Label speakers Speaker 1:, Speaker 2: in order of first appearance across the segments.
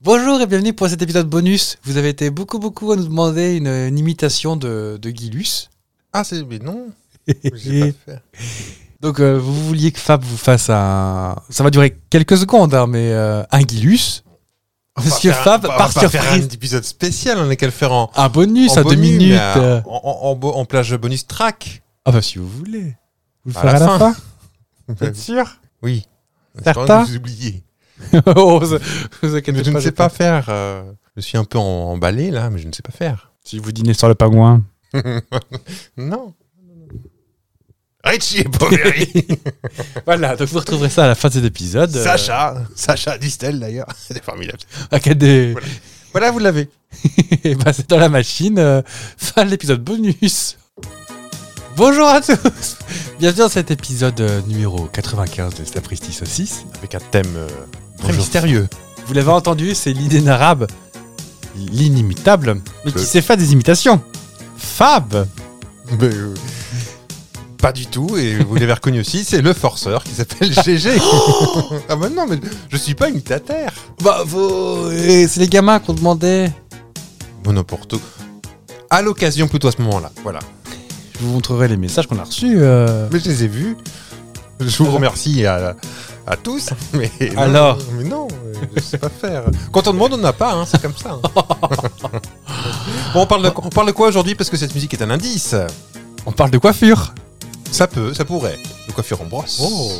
Speaker 1: Bonjour et bienvenue pour cet épisode bonus. Vous avez été beaucoup, beaucoup à nous demander une, une imitation de, de Guilus.
Speaker 2: Ah, c'est. Mais non J'ai pas fait.
Speaker 1: Donc, euh, vous vouliez que Fab vous fasse un. Ça va durer quelques secondes, hein, mais euh, un Guilus.
Speaker 2: On va
Speaker 1: Parce que
Speaker 2: faire un-
Speaker 1: Fab,
Speaker 2: on va
Speaker 1: par
Speaker 2: pas faire un
Speaker 1: surprise,
Speaker 2: épisode spécial, on est qu'à le faire en.
Speaker 1: un, bonus
Speaker 2: en
Speaker 1: à deux
Speaker 2: bonus,
Speaker 1: minutes.
Speaker 2: mais, euh,
Speaker 1: euh,
Speaker 2: En, en- en bo- en plage bonus track.
Speaker 1: Ah, bah, si vous voulez. Vous le
Speaker 2: À
Speaker 1: ferez
Speaker 2: la
Speaker 1: à la
Speaker 2: fin.
Speaker 1: fin. Vous êtes sûr
Speaker 2: Oui. J'ai
Speaker 1: Certain.
Speaker 2: pas envie de Vous oublier.
Speaker 1: Oh, vous- vous inquiétez
Speaker 2: Mais je ne
Speaker 1: je
Speaker 2: sais pas faire. euh, je suis un peu en- emballé là, mais je ne sais pas faire.
Speaker 1: Si vous dînez sur le pingouin.
Speaker 2: Non. Richie et Poveri.
Speaker 1: Voilà, donc vous retrouverez ça à la fin de cet épisode. euh,
Speaker 2: Sacha. Sacha Distel d'ailleurs. C'est formidable.
Speaker 1: à KD.
Speaker 2: Voilà, vous l'avez.
Speaker 1: Et bah c'est dans la machine, euh, fin de l'épisode bonus. Bonjour à tous Bienvenue dans cet épisode euh, numéro 95 de Sapristi Saucisse.
Speaker 2: Avec un thème euh, très
Speaker 1: Bonjour.
Speaker 2: mystérieux.
Speaker 1: Vous l'avez entendu, c'est l'inénarrable, l'inimitable, mais qui
Speaker 2: Euh.
Speaker 1: sait faire des imitations. Fab
Speaker 2: Mais, euh, pas du tout, et vous l'avez reconnu aussi, c'est le forceur qui s'appelle GG.
Speaker 1: Oh
Speaker 2: ah bah non, mais je suis pas une tatère.
Speaker 1: Bravo Bah, Et C'est les gamins qu'on demandait.
Speaker 2: Bon, n'importe où. À l'occasion, plutôt à ce moment-là. Voilà.
Speaker 1: Je vous montrerai les messages qu'on a reçus. euh.
Speaker 2: Mais je les ai vus. Je vous remercie à, à tous. Mais non,
Speaker 1: Alors
Speaker 2: Mais non, euh, je sais pas faire. Quand on demande, on n'a pas, hein, c'est comme ça. hein. bon, on parle, de, on parle de quoi aujourd'hui Parce que cette musique est un indice.
Speaker 1: On parle de coiffure.
Speaker 2: Ça peut, ça pourrait. De coiffure en brosse.
Speaker 1: Oh.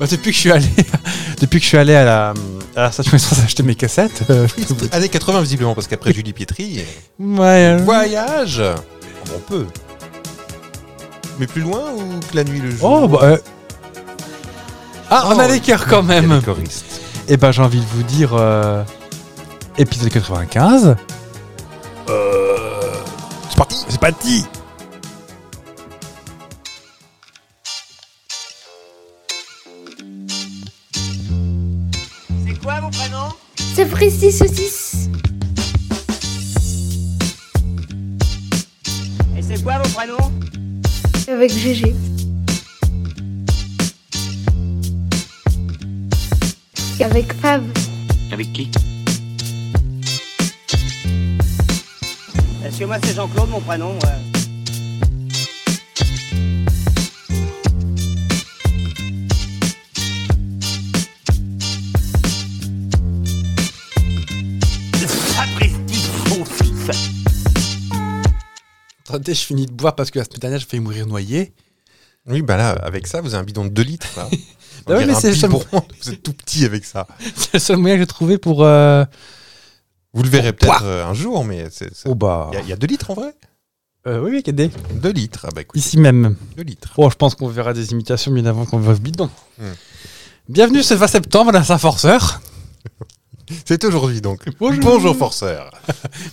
Speaker 1: Bah, depuis que je suis allé, depuis que je suis allé à la, à la station essence acheter mes cassettes, euh, je peux vous-
Speaker 2: Années 80, visiblement, parce qu'après Julie Pietri.
Speaker 1: Ouais, euh,
Speaker 2: Voyage Ah, On peut. Mais plus loin ou que la nuit le jour
Speaker 1: Oh, bah. euh. Ah, on
Speaker 2: Oh,
Speaker 1: a les cœurs quand
Speaker 2: Il y a
Speaker 1: même
Speaker 2: des choristes.
Speaker 1: Et ben, j'ai envie de vous dire. euh, épisode 95.
Speaker 2: Euh, C'est parti C'est parti
Speaker 3: C'est quoi vos prénoms
Speaker 4: Ça précise saucisse.
Speaker 3: Et c'est quoi vos prénoms
Speaker 4: Avec GG. Avec Fab.
Speaker 5: Avec qui
Speaker 3: Parce que moi c'est Jean-Claude mon prénom. ouais.
Speaker 5: Sapristi saucisse
Speaker 1: Attendez, je finis de boire parce que la semaine dernière, j'ai failli mourir noyé.
Speaker 2: Oui, bah là, avec ça, vous avez un bidon de 2 litres. Là.
Speaker 1: Ah
Speaker 2: On
Speaker 1: ouais,
Speaker 2: dirait
Speaker 1: mais
Speaker 2: un
Speaker 1: c'est- ça me-
Speaker 2: biberon. Vous êtes tout petit avec ça.
Speaker 1: C'est le seul moyen que j'ai trouvé pour. euh,
Speaker 2: Vous le verrez peut-être euh, un jour, mais c'est- c'est-
Speaker 1: Oh, bah.
Speaker 2: il y a- il y a 2 litres en vrai
Speaker 1: Euh, oui, oui, KD.
Speaker 2: 2 litres. Ah bah écoute,
Speaker 1: Ici même.
Speaker 2: 2 litres.
Speaker 1: Oh, je pense qu'on verra des imitations bien avant qu'on voit le bidon.
Speaker 2: Hmm.
Speaker 1: Bienvenue ce 20 septembre dans Saint-Forceur.
Speaker 2: C'est aujourd'hui donc.
Speaker 1: Bonjour.
Speaker 2: forceur.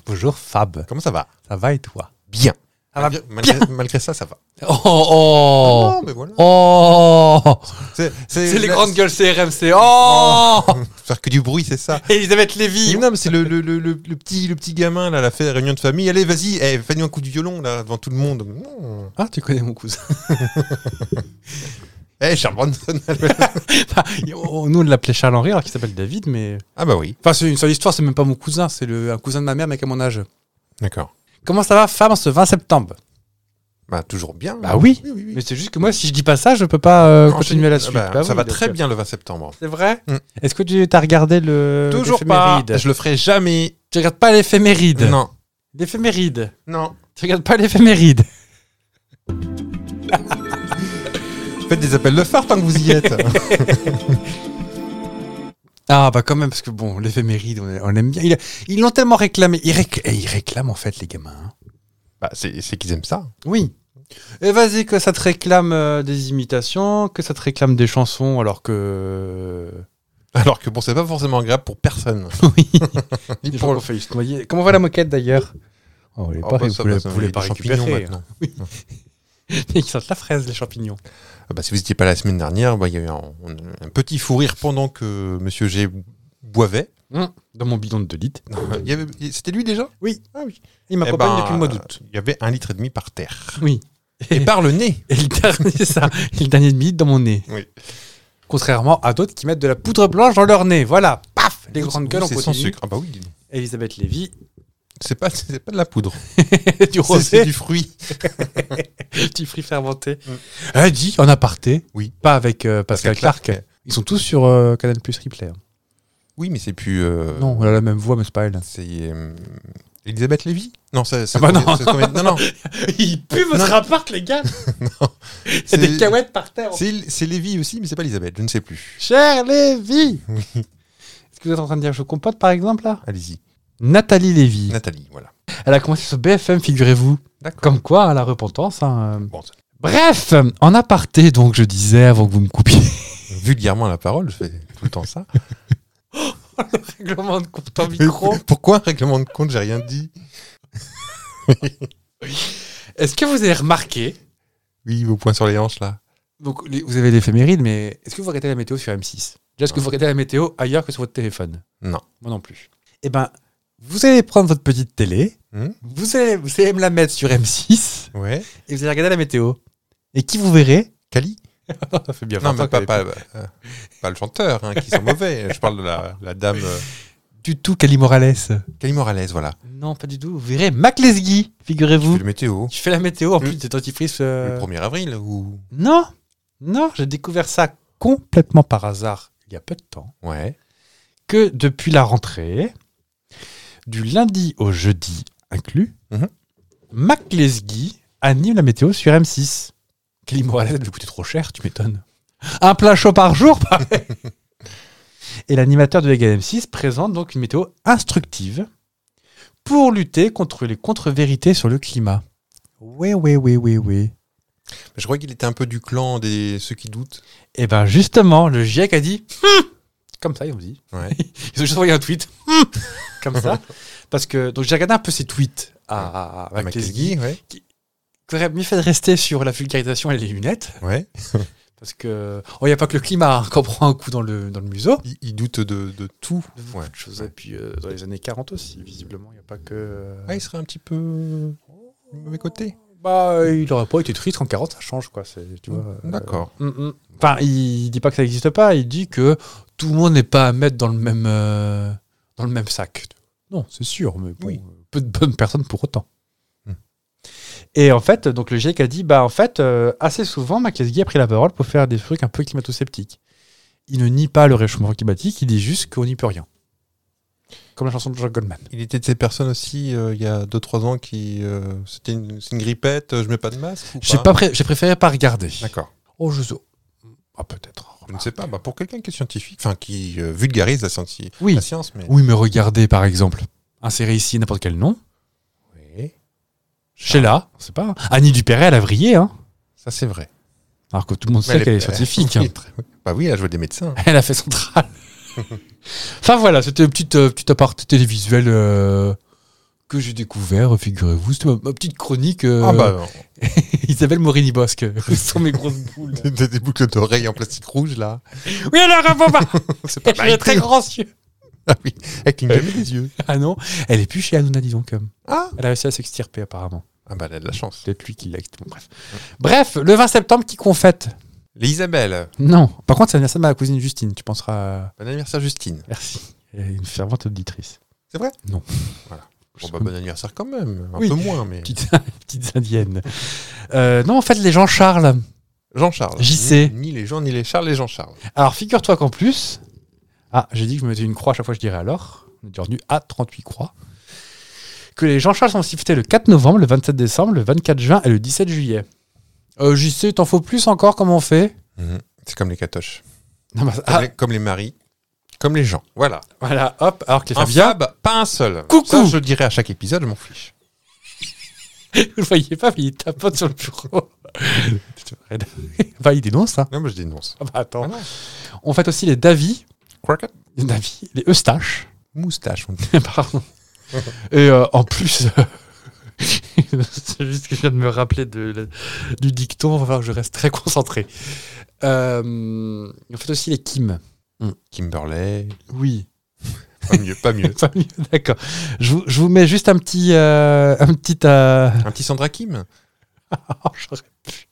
Speaker 1: Bonjour Fab.
Speaker 2: Comment ça va
Speaker 1: Ça va et toi
Speaker 2: Bien.
Speaker 1: Ça va
Speaker 2: Malgré, malgré- malgré ça, ça va.
Speaker 1: Oh oh
Speaker 2: Non, mais voilà.
Speaker 1: Oh
Speaker 2: C'est
Speaker 1: C'est les
Speaker 2: la-
Speaker 1: grandes gueules CRMC. Oh
Speaker 2: Faire que du bruit, c'est ça.
Speaker 1: Elisabeth Lévy.
Speaker 2: Non, mais c'est le, le, le, le, le petit, le petit gamin, là, la fait réunion de famille. Allez, vas-y, eh, fais-nous un coup de violon, là, devant tout le monde. Non.
Speaker 1: Ah, tu connais mon cousin.
Speaker 2: Eh, Charles Bronson.
Speaker 1: oh, Nous, on l'appelait Charles-Henri alors qu'il s'appelle David, mais.
Speaker 2: ah, bah oui,
Speaker 1: Enfin, c'est une seule histoire, c'est même pas mon cousin, c'est le, un cousin de ma mère, mais à mon âge.
Speaker 2: d'accord.
Speaker 1: Comment ça va, femme, ce 20 septembre
Speaker 2: Bah, toujours bien.
Speaker 1: Bah oui.
Speaker 2: oui, oui.
Speaker 1: Mais c'est juste que moi, si je dis pas ça, je peux pas euh,
Speaker 2: Enchaîne-
Speaker 1: continuer la
Speaker 2: Ah
Speaker 1: suite.
Speaker 2: bah,
Speaker 1: Bah
Speaker 2: ça
Speaker 1: oui,
Speaker 2: va
Speaker 1: donc,
Speaker 2: très
Speaker 1: euh,
Speaker 2: bien le 20 septembre.
Speaker 1: C'est vrai
Speaker 2: Mm.
Speaker 1: Est-ce que tu as regardé le.
Speaker 2: Toujours pas.
Speaker 1: l'éphéméride
Speaker 2: Je le ferai jamais.
Speaker 1: Tu regardes pas l'éphéméride
Speaker 2: Non,
Speaker 1: L'éphéméride.
Speaker 2: non.
Speaker 1: Tu regardes pas l'éphéméride.
Speaker 2: Faites des appels de phare tant que vous y êtes.
Speaker 1: Ah bah quand même, parce que bon, l'éphéméride, on, on aime bien. Ils- Ils l'ont tellement réclamé. Ils, réc- eh, ils réclament en fait, les gamins. hein.
Speaker 2: bah, c'est c'est qu'ils aiment ça.
Speaker 1: Oui. Et vas-y, que ça te réclame euh, des imitations, que ça te réclame des chansons, alors que...
Speaker 2: Alors que bon, c'est pas forcément agréable pour personne.
Speaker 1: Oui.
Speaker 2: Ni
Speaker 1: Des gens
Speaker 2: pour
Speaker 1: qui ont failli se noyer. Comment va la moquette d'ailleurs Oh, les
Speaker 2: Oh,
Speaker 1: pareil,
Speaker 2: bah, ça,
Speaker 1: vous voulez-
Speaker 2: bah, ça,
Speaker 1: vous voulez
Speaker 2: les
Speaker 1: pas
Speaker 2: champignons,
Speaker 1: récupérer. hein.
Speaker 2: maintenant.
Speaker 1: Ils sentent la fraise, les champignons.
Speaker 2: Ah bah, si vous n'étiez pas la semaine dernière, bah, il y a eu un, un petit fou rire pendant que Monsieur G boivait.
Speaker 1: Mmh. Dans mon bidon de 2 litres.
Speaker 2: Il y avait- C'était lui déjà
Speaker 1: Oui.
Speaker 2: Ah oui.
Speaker 1: Il
Speaker 2: Eh
Speaker 1: m'accompagne
Speaker 2: ben,
Speaker 1: depuis le mois d'août.
Speaker 2: Il y avait un litre et demi par terre.
Speaker 1: euh, Oui.
Speaker 2: Et par le nez.
Speaker 1: Et le dernier, ça, et le dernier de bite dans mon nez.
Speaker 2: Oui.
Speaker 1: Contrairement à d'autres qui mettent de la poudre blanche dans leur nez. Voilà. Paf Les grandes gueules, on
Speaker 2: C'est sans
Speaker 1: continue.
Speaker 2: sucre. Ah bah oui. dis donc.
Speaker 1: Elisabeth Lévy,
Speaker 2: C'est pas, c'est pas de la poudre.
Speaker 1: du
Speaker 2: C'est- C'est
Speaker 1: rosé,
Speaker 2: du fruit.
Speaker 1: du fruit fermenté. Elle dit en aparté.
Speaker 2: Oui.
Speaker 1: Pas avec euh, Pascal Clark. Ils sont tous sur euh, Canal Plus Replay. hein.
Speaker 2: Oui, mais c'est plus. euh,
Speaker 1: Non, elle a la même voix, mais c'est pas elle. hein.
Speaker 2: C'est. euh, Elisabeth Lévy Non, ça, ça
Speaker 1: Ah bah
Speaker 2: convient-
Speaker 1: non.
Speaker 2: ça convient- non, non.
Speaker 1: Il pue votre appart, les gars Il y a des
Speaker 2: C'est-
Speaker 1: cahuètes par terre.
Speaker 2: C'est c'est Lévy aussi, mais c'est pas Elisabeth, je ne sais plus.
Speaker 1: Cher Lévy Est-ce que vous êtes en train de dire je compote, par exemple, là
Speaker 2: Allez-y.
Speaker 1: Nathalie Lévy.
Speaker 2: Nathalie, voilà.
Speaker 1: Elle a commencé sur BFM, figurez-vous.
Speaker 2: D'accord.
Speaker 1: Comme quoi, la repentance. hein, euh.
Speaker 2: Bon, ça-
Speaker 1: Bref, en aparté, donc, je disais, avant que vous me coupiez.
Speaker 2: vulgairement la parole, je fais tout le temps ça.
Speaker 1: Règlement de compte en
Speaker 2: Pourquoi un règlement de compte J'ai rien dit.
Speaker 1: Est-ce que vous avez remarqué
Speaker 2: Oui, vos points sur les hanches, là.
Speaker 1: donc, les- Vous avez l'éphéméride, mais est-ce que vous regardez la météo sur M6 Déjà, est-ce que
Speaker 2: Non.
Speaker 1: vous regardez la météo ailleurs que sur votre téléphone
Speaker 2: Non.
Speaker 1: Moi non plus. Eh ben, vous allez prendre votre petite télé,
Speaker 2: Hmm.
Speaker 1: vous, allez, vous allez me la mettre sur M6,
Speaker 2: Ouais.
Speaker 1: et vous allez regarder la météo. Et qui vous verrez
Speaker 2: Cali
Speaker 1: Ça fait bien
Speaker 2: Non, mais
Speaker 1: longtemps
Speaker 2: pas,
Speaker 1: qu'elle
Speaker 2: pas, euh, pas le chanteur, hein, qui sont mauvais. Je parle de la, la dame euh,
Speaker 1: est- Du tout, Cali Morales.
Speaker 2: Cali Morales, voilà.
Speaker 1: Non, pas du tout. Vous verrez Mac Lesguy,
Speaker 2: Je fais
Speaker 1: figurez-vous.
Speaker 2: le météo.
Speaker 1: Je fais la météo en
Speaker 2: Le-
Speaker 1: plus de dentifrice.
Speaker 2: Le
Speaker 1: Mmh. euh,
Speaker 2: 1er avril, ou.
Speaker 1: Non, non, j'ai découvert ça complètement par hasard il y a peu de temps.
Speaker 2: Ouais.
Speaker 1: que depuis la rentrée, du lundi au jeudi inclus,
Speaker 2: Mhm.
Speaker 1: Mac Lesguy anime la météo sur M6. Climo à la tête va coûter trop cher, tu m'étonnes. Un plat chaud par jour, pareil. Et l'animateur de Légal M6 présente donc une météo instructive pour lutter contre les contre-vérités sur le climat. Oui, oui, oui, oui, oui.
Speaker 2: Je crois qu'il était un peu du clan des ceux qui doutent.
Speaker 1: Et ben justement, le GIEC a dit Hum comme ça, ils ont dit.
Speaker 2: Ouais.
Speaker 1: Ils ont juste envoyé un tweet Hum comme ça. Parce que donc j'ai regardé un peu ces tweets à, à, à McKesky,
Speaker 2: McKesgy, Ah, bah, ouais.
Speaker 1: qui aurait mieux fait de rester sur la vulgarisation et les lunettes.
Speaker 2: Ouais.
Speaker 1: Parce que il n'y a pas que le climat hein, qu'on prend un coup dans le, dans le museau.
Speaker 2: Il, il doute de, de tout.
Speaker 1: De beaucoup
Speaker 2: Ouais.
Speaker 1: de choses. Et puis euh, dans les années 40 aussi, visiblement, il n'y a pas que. euh,
Speaker 2: Ouais, Ah, il serait un petit peu. du mauvais côté.
Speaker 1: Bah, euh, il n'aurait pas été triste qu'en 40, ça change quoi. c'est- Tu vois, euh,
Speaker 2: D'accord.
Speaker 1: Mm, mm. Enfin, il dit pas que ça n'existe pas, il dit que tout le monde n'est pas à mettre dans le même, euh, dans le même sac. Non, c'est sûr, mais bon, euh, Hmm.
Speaker 2: Oui.
Speaker 1: peu de bonnes personnes pour autant.
Speaker 2: Mm.
Speaker 1: Et en fait, donc le GIEC a dit, bah en fait, euh, assez souvent, Maclesguy a pris la parole pour faire des trucs un peu climato-sceptiques. Il ne nie pas le réchauffement climatique, il dit juste qu'on n'y peut rien. Comme la chanson de Jean Goldman.
Speaker 2: Il était de ces personnes aussi, euh, il y a 2-3 ans, qui. euh, C'était une, c'est une grippette, euh, je mets pas de masque. ou
Speaker 1: J'ai pas pré- j'ai préféré pas regarder.
Speaker 2: D'accord.
Speaker 1: Oh, je sais. Ah, peut-être.
Speaker 2: Je ne sais pas. Bah, pour quelqu'un qui est scientifique, enfin, qui euh, vulgarise la, scienti-
Speaker 1: Oui.
Speaker 2: la science, mais.
Speaker 1: Oui, mais regardez par exemple, insérer ici n'importe quel nom.
Speaker 2: Oui. Ah.
Speaker 1: Sheila, on sait pas. hein. Annie Dupéret, elle a vrillé, hein.
Speaker 2: Ça, c'est vrai.
Speaker 1: Alors que tout le monde sait
Speaker 2: Mais elle
Speaker 1: qu'elle
Speaker 2: est-
Speaker 1: est scientifique. hein.
Speaker 2: Oui, très- oui. Bah oui, elle joue des médecins.
Speaker 1: Elle a fait centrale. enfin voilà, c'était une petite, euh, petite aparté télévisuel euh, que j'ai découvert, figurez-vous. C'était ma, ma petite chronique. euh,
Speaker 2: Ah bah,
Speaker 1: Isabelle Morini-Bosque. Où sont mes grosses boules
Speaker 2: des, des- des boucles d'oreilles en plastique rouge, là.
Speaker 1: Oui, alors, un pas.
Speaker 2: C'est pas
Speaker 1: Elle a des
Speaker 2: mal.
Speaker 1: très grands yeux.
Speaker 2: Ah oui, elle cligne jamais les yeux.
Speaker 1: Ah non, elle est plus chez Hanouna, dis donc. euh.
Speaker 2: Ah
Speaker 1: Elle a réussi à s'extirper, apparemment.
Speaker 2: Ah bah, elle a de la chance.
Speaker 1: Peut-être lui qui l'a. bon, bref. Bref, le 20 septembre, qui qu'on fête
Speaker 2: Les Isabelle,
Speaker 1: Non. Par contre, c'est l'anniversaire de ma cousine Justine. Tu penseras.
Speaker 2: bon anniversaire Justine.
Speaker 1: Merci. Une fervente auditrice.
Speaker 2: C'est vrai
Speaker 1: Non.
Speaker 2: Voilà.
Speaker 1: Je
Speaker 2: Bon,
Speaker 1: sais
Speaker 2: bah,
Speaker 1: pas.
Speaker 2: bon anniversaire quand même. Un
Speaker 1: Oui.
Speaker 2: peu moins, mais.
Speaker 1: Petites, petites indiennes. Euh, non, en fait, les Jean-Charles.
Speaker 2: Jean-Charles.
Speaker 1: JC.
Speaker 2: Ni, ni les Jean, ni les Charles, les Jean-Charles.
Speaker 1: Alors, figure-toi qu'en plus. Ah, j'ai dit que je me mettais une croix à chaque fois, je dirais alors. On est déjà rendu à 38 croix. Que les Jean-Charles sont aussi fêtés le 4 novembre, le 27 décembre, le 24 juin et le 17 juillet. Euh, JC, t'en faut plus encore Comment on fait
Speaker 2: C'est comme les Catoches.
Speaker 1: Non, bah,
Speaker 2: Comme,
Speaker 1: Mhm. ah,
Speaker 2: les, comme les maris. Comme les gens. Voilà.
Speaker 1: Voilà, hop, alors que les
Speaker 2: Un
Speaker 1: Fabiens,
Speaker 2: fab, pas un seul.
Speaker 1: Coucou.
Speaker 2: Ça, je le dirai à chaque épisode, je m'en fiche.
Speaker 1: vous le voyez pas, mais il tapote sur le bureau. Putain, Red. bah, il dénonce, ça.
Speaker 2: Non, mais je dénonce.
Speaker 1: Ah bah, attends. On fête aussi les Davi,
Speaker 2: Crockett.
Speaker 1: les Davi, les Eustache,
Speaker 2: Moustache, on dit.
Speaker 1: pardon. Et euh, en plus, c'est juste que je viens de me rappeler de, la- du dicton, enfin, je reste très concentré. Euh, on fête aussi les Kim.
Speaker 2: Kimberley.
Speaker 1: Oui,
Speaker 2: Pas mieux, pas mieux.
Speaker 1: Pas mieux, d'accord. Je, vous- je vous mets juste un petit, euh, un petit. euh,
Speaker 2: Un petit Sandra Kim
Speaker 1: oh, j'aurais pu.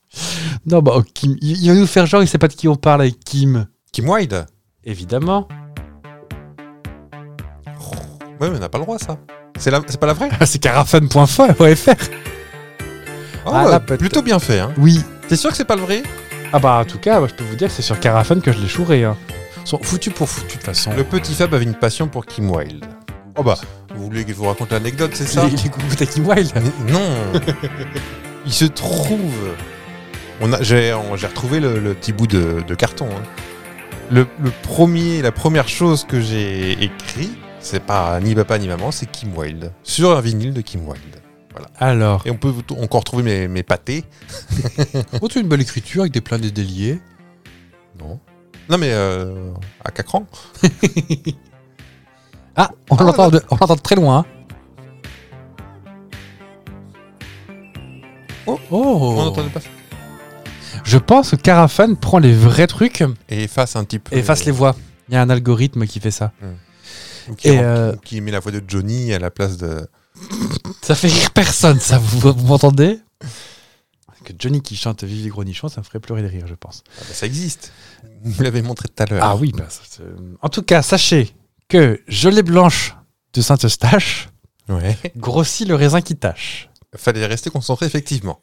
Speaker 1: Non, bah, oh, Kim, il, il va nous faire genre, il sait pas de qui on parle avec Kim.
Speaker 2: Kim Wide
Speaker 1: Évidemment.
Speaker 2: Ouais, mais on n'a pas le droit, ça. C'est la- c'est pas la vraie
Speaker 1: Ah, C'est carafan.fr.
Speaker 2: Oh,
Speaker 1: Ah, là,
Speaker 2: euh,
Speaker 1: peut-être.
Speaker 2: Plutôt bien fait. Hein.
Speaker 1: Oui.
Speaker 2: T'es sûr que c'est pas le vrai
Speaker 1: Ah bah en tout cas, moi, je peux vous dire que c'est sur Carafan que je l'ai chouré. Hein. Ils sont foutus pour foutus de toute façon.
Speaker 2: Le petit Fab avait une passion pour Kim Wilde. Oh bah, vous voulez que je vous raconte l'anecdote, c'est ça
Speaker 1: Les, les gougouttes à Kim Wilde.
Speaker 2: Mais Non Il se trouve. On a- J'ai on- j'ai retrouvé le, le petit bout de, de carton. hein. Le, le premier, la première chose que j'ai écrit, c'est pas ni papa ni maman, c'est Kim Wilde. Sur un vinyle de Kim Wilde.
Speaker 1: Alors,
Speaker 2: Et on peut vous- encore trouver mes, mes pâtés.
Speaker 1: oh, tu as une belle écriture avec des pleins des déliés.
Speaker 2: Non. Non mais euh, à Cacran.
Speaker 1: Ah, on
Speaker 2: Ah,
Speaker 1: l'entend de, on l'entend de très loin. hein.
Speaker 2: Oh,
Speaker 1: Oh.
Speaker 2: On n'entendait pas. ça.
Speaker 1: Je pense que Carafan prend les vrais trucs
Speaker 2: Et efface un petit peu.
Speaker 1: et efface les voix. Il y a un algorithme qui fait ça.
Speaker 2: Ou qui,
Speaker 1: Et,
Speaker 2: rem-
Speaker 1: euh,
Speaker 2: ou qui met la voix de Johnny à la place de.
Speaker 1: Ça fait rire personne, ça, vous, vous m'entendez Que Johnny qui chante Vive les gros nichons, ça me ferait pleurer de rire, je pense.
Speaker 2: Ah bah, ça existe. Vous l'avez montré tout à l'heure.
Speaker 1: Ah oui, bah, ça, c'est- en tout cas, sachez que Gelée Blanche de Saint-Eustache
Speaker 2: Ah Ouais.
Speaker 1: grossit le raisin qui tâche.
Speaker 2: Fallait rester concentré effectivement.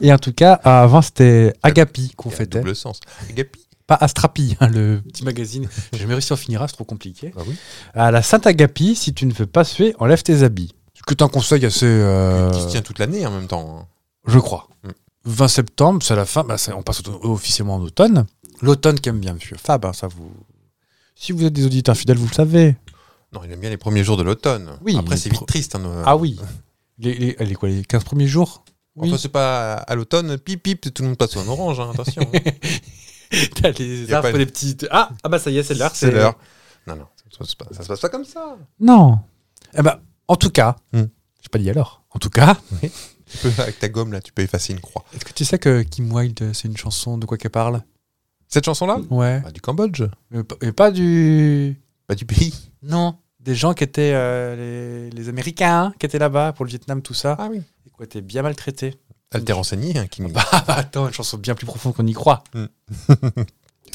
Speaker 1: Et en tout cas, euh, avant, c'était Agapi qu'on
Speaker 2: Il y a un
Speaker 1: fêtait.
Speaker 2: Double sens. Agapi.
Speaker 1: Pas Astrapi, hein, le petit magazine. J'ai jamais réussi à en finir, c'est trop compliqué.
Speaker 2: Ah oui.
Speaker 1: À la Sainte Agapi, si tu ne veux pas suer, enlève tes habits. Ce que un conseil assez. euh,
Speaker 2: Qui se tient toute l'année en même temps. hein.
Speaker 1: Je crois.
Speaker 2: Mm.
Speaker 1: 20 septembre, c'est la fin. bah, c'est- on passe au- officiellement en automne. L'automne qu'aime bien Monsieur Fab, hein, ça vous. Si vous êtes des auditeurs fidèles, vous le savez.
Speaker 2: Non, il aime bien les premiers jours de l'automne.
Speaker 1: Oui,
Speaker 2: Après,
Speaker 1: il
Speaker 2: c'est
Speaker 1: pro-
Speaker 2: vite triste. hein, euh.
Speaker 1: Ah oui. Les, les- les quoi, les 15 premiers jours Oui.
Speaker 2: Enfin, c'est pas à l'automne, pip pip, tout le monde passe en orange, hein, attention.
Speaker 1: T'as les
Speaker 2: Y a pas de-
Speaker 1: les petites. Ah, ah bah ça y est, c'est l'heure.
Speaker 2: c'est l'heure. Non, non, ça se, passe pas, ça se passe pas comme ça.
Speaker 1: Non. Eh ben, en tout cas,
Speaker 2: Mm.
Speaker 1: j'ai pas dit alors. En tout cas,
Speaker 2: Tu peux, avec ta gomme, là, tu peux effacer une croix.
Speaker 1: est-ce que tu sais que Kim Wilde, c'est une chanson de quoi qu'elle parle
Speaker 2: Cette chanson-là
Speaker 1: Ouais.
Speaker 2: Bah, Du Cambodge.
Speaker 1: Mais pas- mais pas du.
Speaker 2: Pas du pays.
Speaker 1: Non, des gens qui étaient euh, les, les Américains, hein, qui étaient là-bas pour le Vietnam, tout ça,
Speaker 2: Ah oui.
Speaker 1: et qui ont été bien maltraités.
Speaker 2: Elle t'est renseignée, hein, Kimi.
Speaker 1: Ah bah attends, une chanson bien plus profonde qu'on y croit.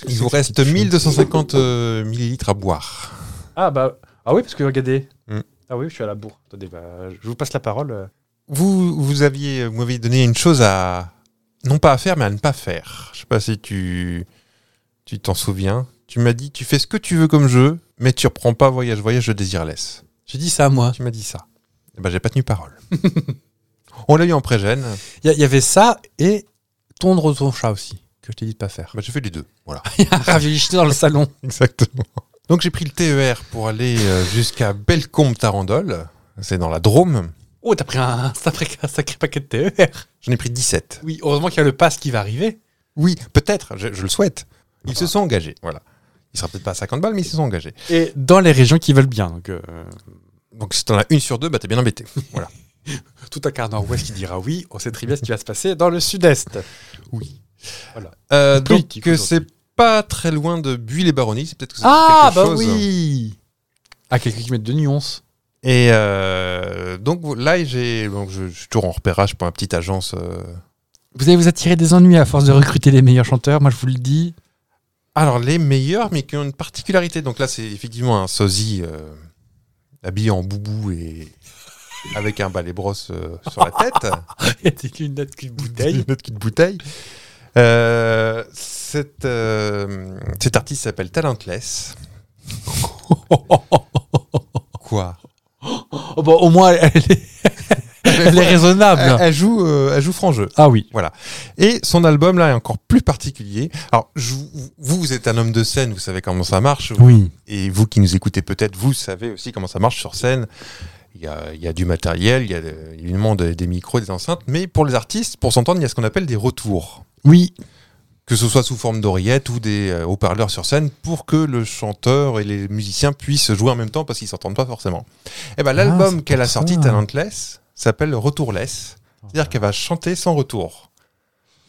Speaker 2: Il vous reste 1250 euh, millilitres à boire.
Speaker 1: Ah bah ah oui, parce que regardez.
Speaker 2: Hmm.
Speaker 1: Ah oui, je suis à la bourre. Attendez, bah, je vous passe la parole.
Speaker 2: Vous, vous aviez, vous m'aviez donné une chose à, non pas à faire, mais à ne pas faire. Je sais pas si tu, tu t'en souviens. Tu m'as dit, tu fais ce que tu veux comme jeu, mais tu reprends pas voyage, voyage, je désire laisse.
Speaker 1: J'ai dit ça à moi.
Speaker 2: Tu m'as dit ça. Eh ben, j'ai pas tenu parole. On l'a eu en pré-gêne.
Speaker 1: Il y, avait ça et tondre ton chat aussi, que je t'ai dit de pas faire.
Speaker 2: Bah, j'ai fait les deux. Voilà.
Speaker 1: Raviolichner Ah, dans le salon.
Speaker 2: Exactement. Donc, j'ai pris le TER pour aller euh, jusqu'à Bellecombe-Tarandole. C'est dans la Drôme.
Speaker 1: Oh, t'as pris un, t'as pris un sacré paquet de E TER.
Speaker 2: J'en ai pris 17.
Speaker 1: Oui, heureusement qu'il y a le pass qui va arriver.
Speaker 2: Oui, peut-être, je, je le souhaite. Ils se sont engagés, voilà. Ils seraient peut-être pas à 50 balles, mais ils se sont engagés.
Speaker 1: Et dans les régions qui veulent bien. Donc, euh,
Speaker 2: Donc si t'en as une sur deux, bah t'es bien embêté. Voilà.
Speaker 1: tout un quart nord-ouest qui dira oui, on sait très bien ce qui va se passer dans le sud-est. Oui.
Speaker 2: Euh, donc
Speaker 1: Politique
Speaker 2: euh,
Speaker 1: aujourd'hui.
Speaker 2: c'est pas très loin de Buis-les-Baronnies, c'est peut-être que ça
Speaker 1: Ah
Speaker 2: dit
Speaker 1: bah
Speaker 2: quelque chose.
Speaker 1: oui À quelques kilomètres de nuances.
Speaker 2: Et euh, donc là, j'ai, donc je, je suis toujours en repérage pour ma petite agence. euh.
Speaker 1: Vous allez vous attirer des ennuis à force de recruter les meilleurs chanteurs, moi je vous le dis.
Speaker 2: Alors les meilleurs, mais qui ont une particularité. Donc là, c'est effectivement un sosie euh, habillé en boubou et avec un balai brosse euh, sur la tête.
Speaker 1: Il y a des lunettes qu'une bouteille.
Speaker 2: une autre petite bouteille. Euh, cette, euh, cet artiste s'appelle Talentless. Quoi
Speaker 1: Oh, bah, au moins elle est, elle est
Speaker 2: elle,
Speaker 1: raisonnable.
Speaker 2: elle joue, euh, elle joue franc jeu.
Speaker 1: Ah oui.
Speaker 2: Et son album là est encore plus particulier. Alors je vous, vous vous êtes un homme de scène, vous savez comment ça marche.
Speaker 1: Oui.
Speaker 2: Et vous qui nous écoutez peut-être, vous savez aussi comment ça marche sur scène. Il y a, il y a du matériel, il y a euh, évidemment des, des micros, des enceintes. Mais pour les artistes, pour s'entendre, il y a ce qu'on appelle des retours.
Speaker 1: Oui.
Speaker 2: que ce soit sous forme d'oreillette ou des euh, haut-parleurs sur scène, pour que le chanteur et les musiciens puissent jouer en même temps parce qu'ils s'entendent pas forcément. Et ben l'album
Speaker 1: Ah, c'est
Speaker 2: qu'elle a
Speaker 1: pour ça.
Speaker 2: sorti, Talentless, s'appelle Retourless, c'est-à-dire qu'elle va chanter sans retour.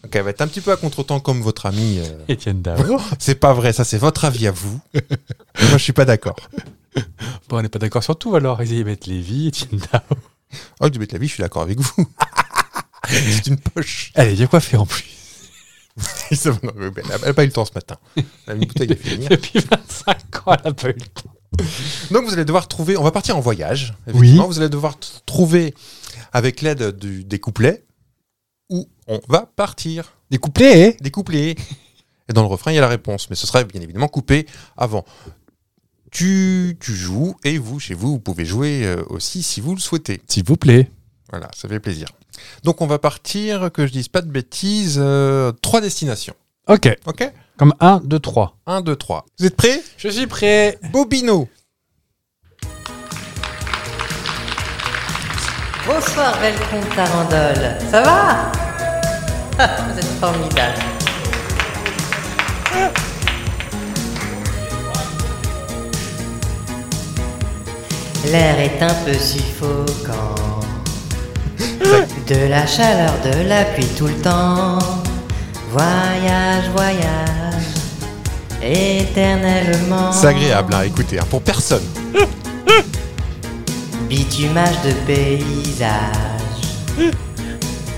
Speaker 2: Donc elle va être un petit peu à contre-temps comme votre ami. euh.
Speaker 1: Étienne Dao.
Speaker 2: C'est pas vrai, ça c'est votre avis à vous. Moi je suis pas d'accord.
Speaker 1: Bon, on n'est pas d'accord sur tout alors. Elisabeth Lévy, Étienne Dao.
Speaker 2: Oh, du bête la vie, je suis d'accord avec vous. c'est une poche.
Speaker 1: Elle est bien coiffée en plus.
Speaker 2: elle a pas eu le temps ce matin. Elle a mis une bouteille à finir.
Speaker 1: Depuis 25 ans, elle n'a pas eu le temps.
Speaker 2: Donc vous allez devoir trouver, on va partir en voyage.
Speaker 1: Oui.
Speaker 2: effectivement. Vous allez devoir t- trouver avec l'aide du- des couplets où on va partir.
Speaker 1: Des couplets, hein.
Speaker 2: Des couplets. Et dans le refrain, il y a la réponse, mais ce sera bien évidemment coupé avant. Tu, tu joues et vous, chez vous, vous pouvez jouer euh, aussi si vous le souhaitez.
Speaker 1: s'il vous plaît.
Speaker 2: Voilà, ça fait plaisir. Donc on va partir, que je dise pas de bêtises, euh, trois destinations.
Speaker 1: Ok,
Speaker 2: Ok
Speaker 1: comme 1, 2, 3.
Speaker 2: 1, 2, 3. Vous êtes prêts
Speaker 1: Je suis prêt.
Speaker 2: Bobino
Speaker 6: Bonsoir, belle comte Tarandole. Ça va Ah, Vous êtes formidable. L'air est un peu suffocant. De la chaleur, de la pluie tout le temps. Voyage, voyage, éternellement.
Speaker 2: C'est agréable à écouter, hein, pour personne.
Speaker 6: Bitumage de paysage.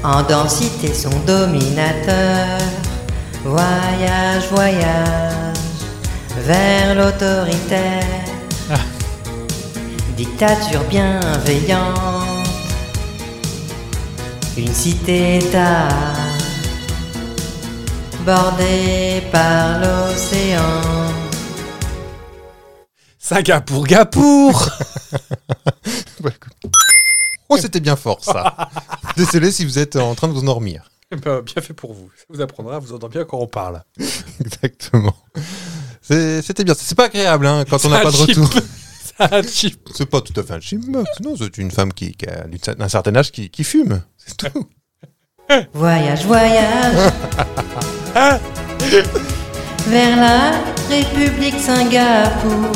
Speaker 6: En densité, son dominateur. Voyage, voyage, vers l'autoritaire. Dictature bienveillante. Une cité-état. Bordée par l'océan.
Speaker 1: Singapour, Gapour.
Speaker 2: Oh, c'était bien fort ça. Désolé si vous êtes en train de vous endormir.
Speaker 1: Eh ben, bien fait pour vous. Ça vous apprendra à vous entendre bien quand on parle.
Speaker 2: Exactement. C'est- C'était bien. C'est pas agréable hein, quand on n'a
Speaker 1: C'est
Speaker 2: pas
Speaker 1: un
Speaker 2: de
Speaker 1: chip.
Speaker 2: retour.
Speaker 1: C'est un chip.
Speaker 2: C'est pas tout à fait un chipmunk. Non, c'est une femme qui, qui a d'une cer- d'un certain âge qui, qui fume. C'est tout.
Speaker 6: Voyage, voyage Vers la République Singapour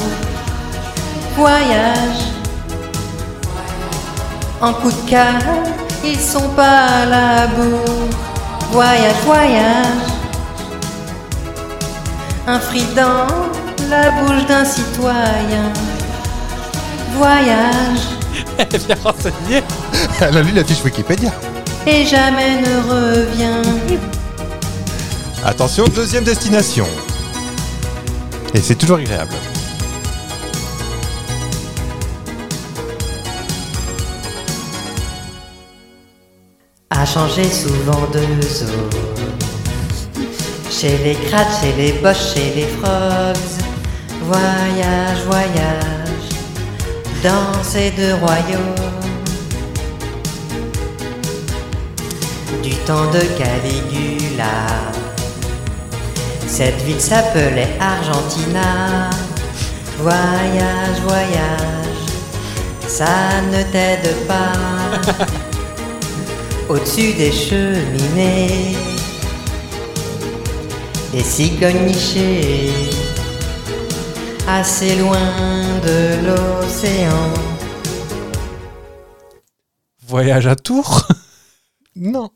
Speaker 6: Voyage En coup de cœur, ils sont pas à la bourre Voyage, voyage Un fruit dans la bouche d'un citoyen Voyage
Speaker 1: Eh bien renseigné.
Speaker 2: Elle a lu la fiche Wikipédia.
Speaker 6: et jamais ne revient
Speaker 2: Attention, deuxième destination. Et c'est toujours agréable.
Speaker 6: a changé souvent de zone. Chez les crates, chez les boches, chez les frogs, voyage, voyage, dans ces deux royaumes. Du temps de Caligula, cette ville s'appelait Argentina. Voyage, voyage, ça ne t'aide pas au-dessus des cheminées, des cigognes nichées, assez loin de l'océan.
Speaker 1: Voyage à Tours.
Speaker 2: Non.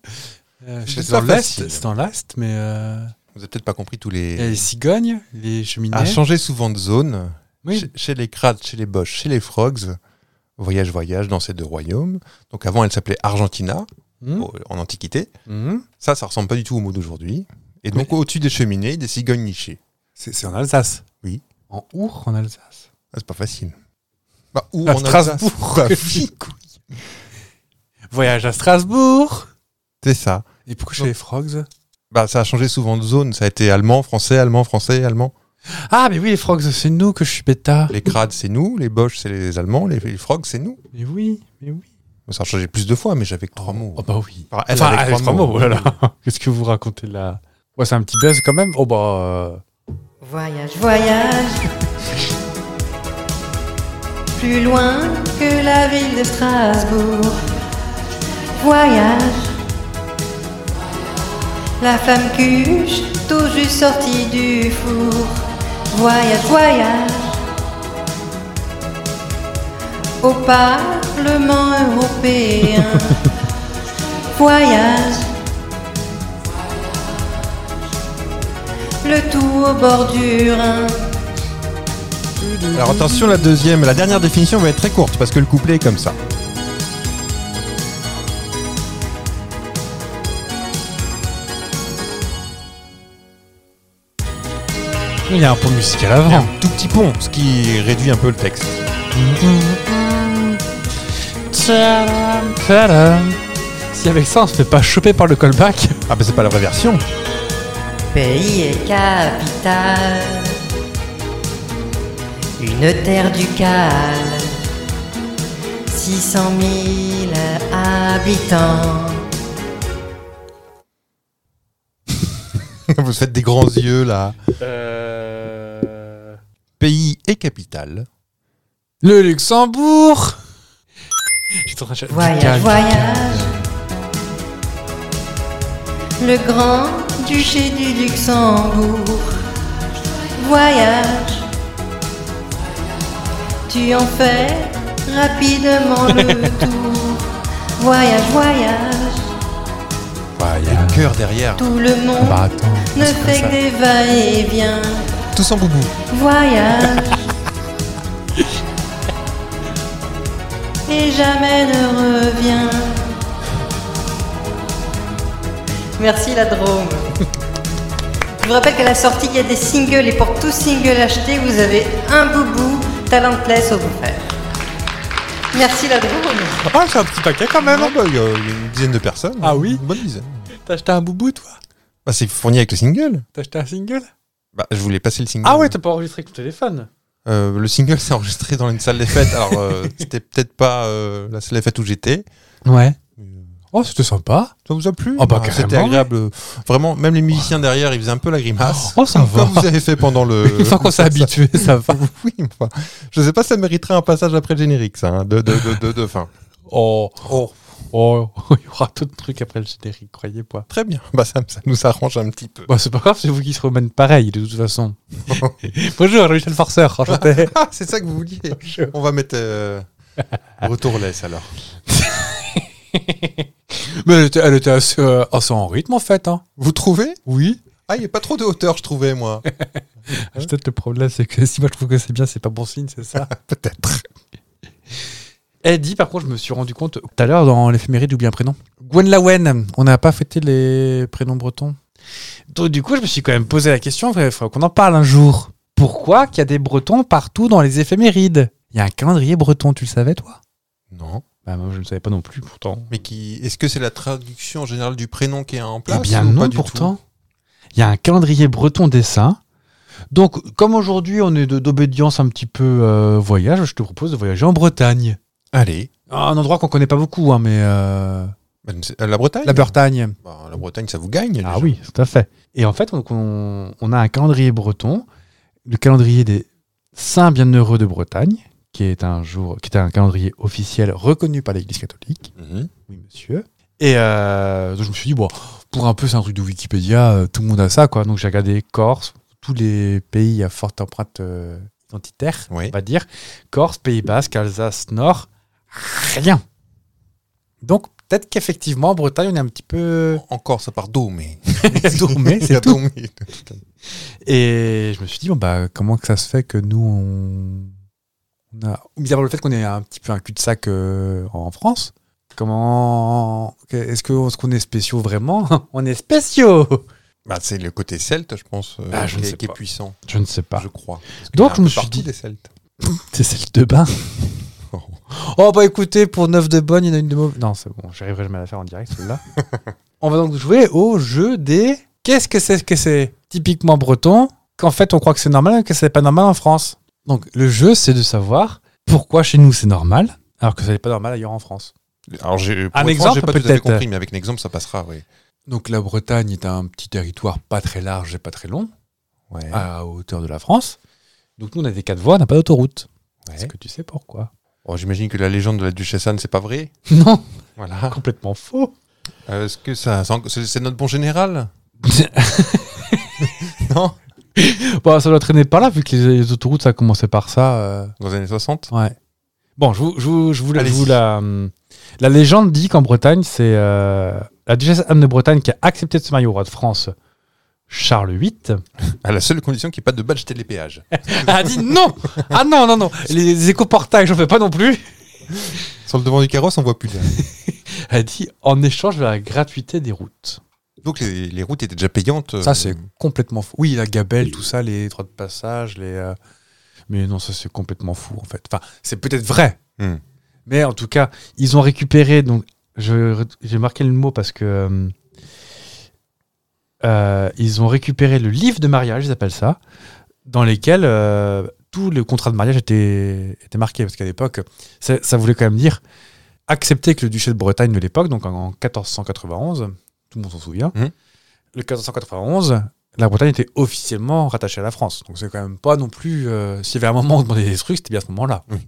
Speaker 1: Euh,
Speaker 2: C'est
Speaker 1: c'est
Speaker 2: pas
Speaker 1: dans l'Est.
Speaker 2: facile.
Speaker 1: C'est dans l'Est, mais euh,
Speaker 2: Vous avez peut-être pas compris tous
Speaker 1: il y a
Speaker 2: les.
Speaker 1: les cigognes, les cheminées.
Speaker 2: A changé souvent de zone.
Speaker 1: Oui.
Speaker 2: Chez, chez les Krats, chez les Boches, chez les Frogs. Voyage, voyage dans ces deux royaumes. Donc avant, elle s'appelait Argentina,
Speaker 1: Hmm.
Speaker 2: au- en Antiquité.
Speaker 1: Hmm.
Speaker 2: Ça, ça ressemble pas du tout au mot d'aujourd'hui. Et donc, au-dessus des cheminées, des cigognes nichées.
Speaker 1: C'est c'est en Alsace.
Speaker 2: Oui.
Speaker 1: En Our, en Alsace.
Speaker 2: Ah, c'est pas facile. Bah, où
Speaker 1: À
Speaker 2: en
Speaker 1: Strasbourg.
Speaker 2: Alsace. Bah, fille, quoi.
Speaker 1: Voyage à Strasbourg.
Speaker 2: c'est ça.
Speaker 1: Et pourquoi chez les frogs
Speaker 2: Bah, ça a changé souvent de zone. Ça a été allemand, français, allemand, français, allemand.
Speaker 1: Ah, mais oui, les frogs, c'est nous que je suis bêta.
Speaker 2: Les Krats, c'est nous. Les Boches, c'est les Allemands. Les, les Frogs, c'est nous.
Speaker 1: Mais oui, mais oui.
Speaker 2: Ça a changé plus de fois, mais j'avais que trois mots.
Speaker 1: Oh bah oui.
Speaker 2: Enfin,
Speaker 1: Enfin, avec trois mots, oh là là. Qu'est-ce que vous racontez là Ouais, c'est un petit buzz quand même. Oh bah. euh,
Speaker 6: Voyage, voyage, plus loin que la ville de Strasbourg. Voyage, la femme cuche, tout juste sortie du four. Voyage, voyage, au Parlement européen. voyage. Le tout au bord du Rhin.
Speaker 2: oh. Alors attention, la deuxième, la dernière définition va être très courte parce que le couplet est comme ça.
Speaker 1: Il y a un pont musical
Speaker 2: Il y a
Speaker 1: avant.
Speaker 2: un tout petit pont, ce qui réduit un peu le texte.
Speaker 1: Tadam, tadam. Si avec ça on se fait pas choper par le callback,
Speaker 2: Ah, bah c'est pas la vraie version.
Speaker 6: Pays et capitale, une terre ducale, 600 000 habitants.
Speaker 2: Vous faites des grands yeux là. Pays et capitale.
Speaker 1: le Luxembourg. J'étais en train de chercher-
Speaker 6: Voyage,
Speaker 1: Ducal,
Speaker 6: voyage. Le grand duché du Luxembourg. Voyage. Tu en fais rapidement le tour. Voyage, voyage.
Speaker 1: Voyage.
Speaker 2: Cœur derrière.
Speaker 6: Tout le monde
Speaker 1: Bah attends.
Speaker 6: ne
Speaker 1: c'est comme
Speaker 6: fait
Speaker 1: ça.
Speaker 6: que des va-et-vient.
Speaker 2: Tous en boubou.
Speaker 6: Voyage. Et jamais ne revient. Merci la Drôme. Je vous rappelle qu'à la sortie, il y a des singles et pour tout single acheté, vous avez un boubou talentless au offert. Merci la Drôme.
Speaker 2: Ah, c'est un petit paquet quand même. Il y a une dizaine de personnes.
Speaker 1: Ah oui
Speaker 2: Une bonne dizaine.
Speaker 1: T'as acheté un boubou toi
Speaker 2: Bah, c'est fourni avec le single.
Speaker 1: T'as acheté un single
Speaker 2: Bah, je voulais passer le single.
Speaker 1: Ah ouais, t'as pas enregistré avec ton téléphone.
Speaker 2: Euh, le single s'est enregistré dans une salle des fêtes. Alors, euh, c'était peut-être pas euh, la salle des fêtes où j'étais.
Speaker 1: Ouais. Oh, c'était sympa.
Speaker 2: Ça vous a plu
Speaker 1: Ah bah,
Speaker 2: Ah, C'était
Speaker 1: carrément.
Speaker 2: agréable. Vraiment, même les musiciens derrière, ils faisaient un peu la grimace.
Speaker 1: Oh, ça va.
Speaker 2: Comme vous avez fait pendant le.
Speaker 1: Une fois qu'on s'est habitué, ça va.
Speaker 2: Oui, mais enfin, je sais pas, ça mériterait un passage après le générique, ça, hein, de, de, de, de, de fin.
Speaker 1: Oh, oh, oh, il y aura d'autres trucs après le générique, croyez-moi.
Speaker 2: Très bien, bah, ça, ça nous arrange un petit peu.
Speaker 1: Bon, c'est pas grave, c'est vous qui se remènez pareil, de toute façon. Bonjour, Michel Forceur, enchanté.
Speaker 2: Ah, c'est ça que vous vouliez On va mettre euh, retour laisse alors.
Speaker 1: Mais elle était, elle était assez, euh, assez en rythme, en fait. Hein.
Speaker 2: Vous trouvez
Speaker 1: Oui.
Speaker 2: Ah, il n'y a pas trop de hauteur, je trouvais, moi.
Speaker 1: Peut-être le problème, c'est que si moi je trouve que c'est bien, c'est pas bon signe, c'est ça
Speaker 2: Peut-être.
Speaker 1: Elle dit, par contre, je me suis rendu compte tout à l'heure dans l'éphéméride, j'oublie un prénom. Gwen Lawen, on n'a pas fêté les prénoms bretons. Donc, du coup, je me suis quand même posé la question, il faudrait qu'on en parle un jour. Pourquoi qu'il y a des bretons partout dans les éphémérides Il y a un calendrier breton, tu le savais, toi
Speaker 2: Non.
Speaker 1: Bah, moi, je ne savais pas non plus, pourtant.
Speaker 2: Mais qui est-ce que c'est la traduction générale du prénom qui est en place
Speaker 1: Eh bien,
Speaker 2: ou pas
Speaker 1: non,
Speaker 2: du tout
Speaker 1: pourtant. Il y a un calendrier breton des saints. Donc, comme aujourd'hui, on est de- d'obédience un petit peu euh, voyage, je te propose de voyager en Bretagne. Ah,
Speaker 2: Allez.
Speaker 1: Un endroit qu'on connaît pas beaucoup, hein, mais. euh,
Speaker 2: Ben, c'est- euh, La Bretagne
Speaker 1: la Bretagne.
Speaker 2: Bah, La Bretagne, ça vous gagne.
Speaker 1: Ah
Speaker 2: déjà.
Speaker 1: oui, tout à fait. Et en fait, on, on- on a un calendrier breton, le calendrier des saints bienheureux de Bretagne, qui est un jour, qui est un calendrier officiel reconnu par l'Église catholique.
Speaker 2: Mhm.
Speaker 1: Oui, monsieur. Et euh, donc je me suis dit, bon, pour un peu, c'est un truc de Wikipédia, euh, tout le monde a ça, quoi. Donc j'ai regardé Corse, tous les pays à forte empreinte euh, identitaire,
Speaker 2: Oui.
Speaker 1: on va dire. Corse, Pays Basque, Alsace, Nord, rien. Donc peut-être qu'effectivement, en Bretagne, on est un petit peu
Speaker 2: Encore, ça part d'eau, mais.
Speaker 1: dormé,
Speaker 2: Il y a
Speaker 1: c'est tout.
Speaker 2: d'eau, mais-
Speaker 1: Et je me suis dit, bon, bah, comment que ça se fait que nous, on, on a. Mis à part le fait qu'on est un petit peu un cul-de-sac euh, en France, comment. que- Est-ce que- est-ce qu'on est spéciaux vraiment On est spéciaux
Speaker 2: Bah, c'est le côté celte, je pense, euh,
Speaker 1: Ah, je
Speaker 2: qui,
Speaker 1: ne
Speaker 2: est-
Speaker 1: sais
Speaker 2: qui est
Speaker 1: pas.
Speaker 2: puissant,
Speaker 1: Je ne sais pas.
Speaker 2: je crois. Parce qu'il
Speaker 1: Donc,
Speaker 2: y a
Speaker 1: je
Speaker 2: un
Speaker 1: me
Speaker 2: peu
Speaker 1: suis
Speaker 2: partout
Speaker 1: dit-
Speaker 2: des celtes.
Speaker 1: C'est celle de bain. Oh, bah écoutez, pour 9 de bonne, il y en a une de mauvaise. Non, c'est bon, j'arriverai jamais à la faire en direct, celle-là. on va donc jouer au jeu des. Qu'est-ce que c'est que c'est typiquement breton Qu'en fait, on croit que c'est normal, que c'est pas normal en France. Donc, le jeu, c'est de savoir pourquoi chez nous c'est normal, alors que ça n'est pas normal ailleurs en France.
Speaker 2: Alors, j'ai,
Speaker 1: Un
Speaker 2: pour être franc,
Speaker 1: exemple,
Speaker 2: j'ai pas tout à fait
Speaker 1: peut-être.
Speaker 2: compris, mais avec un exemple, ça passera, oui.
Speaker 1: Donc, la Bretagne est un petit territoire pas très large et pas très long,
Speaker 2: Ouais.
Speaker 1: à hauteur de la France. Donc, nous, on a des quatre voies, on n'a pas d'autoroute.
Speaker 2: Ouais.
Speaker 1: Est-ce que tu sais pourquoi
Speaker 2: Oh, j'imagine que la légende de la duchesse Anne, c'est pas vrai.
Speaker 1: Non,
Speaker 2: Voilà.
Speaker 1: complètement faux.
Speaker 2: Euh, est-ce que ça, c'est- c'est, c'est notre bon général Non
Speaker 1: Bah, ça doit traîner par là, vu que les, les autoroutes, ça a commencé par ça. euh,
Speaker 2: Dans les années 60
Speaker 1: Ouais. Bon, je vous, je vous, je vous, la- je
Speaker 2: Allez-y.
Speaker 1: vous la. hum, La légende dit qu'en Bretagne, c'est euh, la duchesse Anne de Bretagne qui a accepté de se marier au roi de France, Charles VIII,
Speaker 2: À la seule condition qu'il n'y ait pas de badge télépéage.
Speaker 1: a dit non Ah non, non, non Les, les éco-portages, j'en fais pas non plus
Speaker 2: Sur le devant du carrosse, on voit plus.
Speaker 1: Elle a dit en échange de la gratuité des routes.
Speaker 2: Donc les, les routes étaient déjà payantes. euh,
Speaker 1: Ça, c'est complètement faux. Oui, la gabelle, tout ça, les droits de passage, les. euh, Mais non, ça c'est complètement fou en fait. Enfin, c'est peut-être vrai.
Speaker 2: Hmm.
Speaker 1: Mais en tout cas, ils ont récupéré. Donc, je- j'ai marqué le mot parce que euh, euh, ils ont récupéré le livre de mariage, ils appellent ça, dans lesquels euh, tout le contrat de mariage était, était marqué. Parce qu'à l'époque, ça, ça voulait quand même dire accepter que le duché de Bretagne de l'époque, donc en, en 1491, tout le monde s'en souvient,
Speaker 2: Mhm.
Speaker 1: le 1491, la Bretagne était officiellement rattachée à la France. Donc c'est quand même pas non plus. euh, S'il y avait un moment où on demandait des trucs, c'était bien à ce moment-là.
Speaker 2: Oui.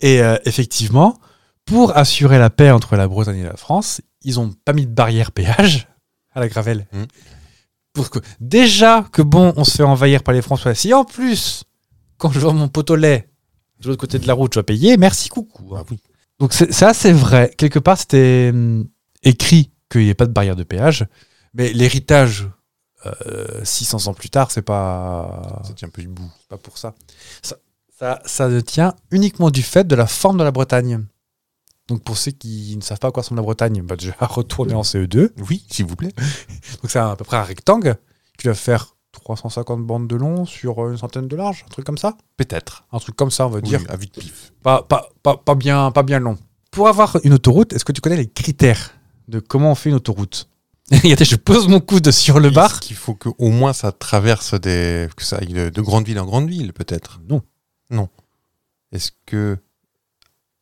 Speaker 1: Et euh, effectivement, pour assurer la paix entre la Bretagne et la France, ils ont pas mis de barrière péage à la Gravelle.
Speaker 2: Mhm.
Speaker 1: Pour que, déjà que bon, on se fait envahir par les François, si en plus, quand je vois mon pot au lait de l'autre côté de la route, je dois payer, merci, coucou. hein. Donc c'est- ça, c'est vrai. Quelque part, c'était hum, écrit qu'il n'y ait pas de barrière de péage, mais l'héritage, euh, 600 ans plus tard, c'est pas,
Speaker 2: Ça tient un peu debout.
Speaker 1: c'est pas pour ça. Ça, ça. ça ne tient uniquement du fait de la forme de la Bretagne. Donc pour ceux qui ne savent pas à quoi ressemble la Bretagne, bah déjà retournez en CE2.
Speaker 2: Oui, s'il vous plaît.
Speaker 1: Donc c'est à peu près un rectangle qui doit faire 350 bandes de long sur une centaine de large, un truc comme ça.
Speaker 2: Peut-être.
Speaker 1: Un truc comme ça, on va dire
Speaker 2: Dire à vue de pif.
Speaker 1: pas, pas, pas, pas bien, pas bien long. Pour avoir une autoroute, est-ce que tu connais les critères de comment on fait une autoroute Regardez, je pose mon coude sur le bar.
Speaker 2: qu'il faut que au moins ça traverse des que ça aille de, de grande ville en grande ville peut-être.
Speaker 1: Non.
Speaker 2: Non. Est-ce que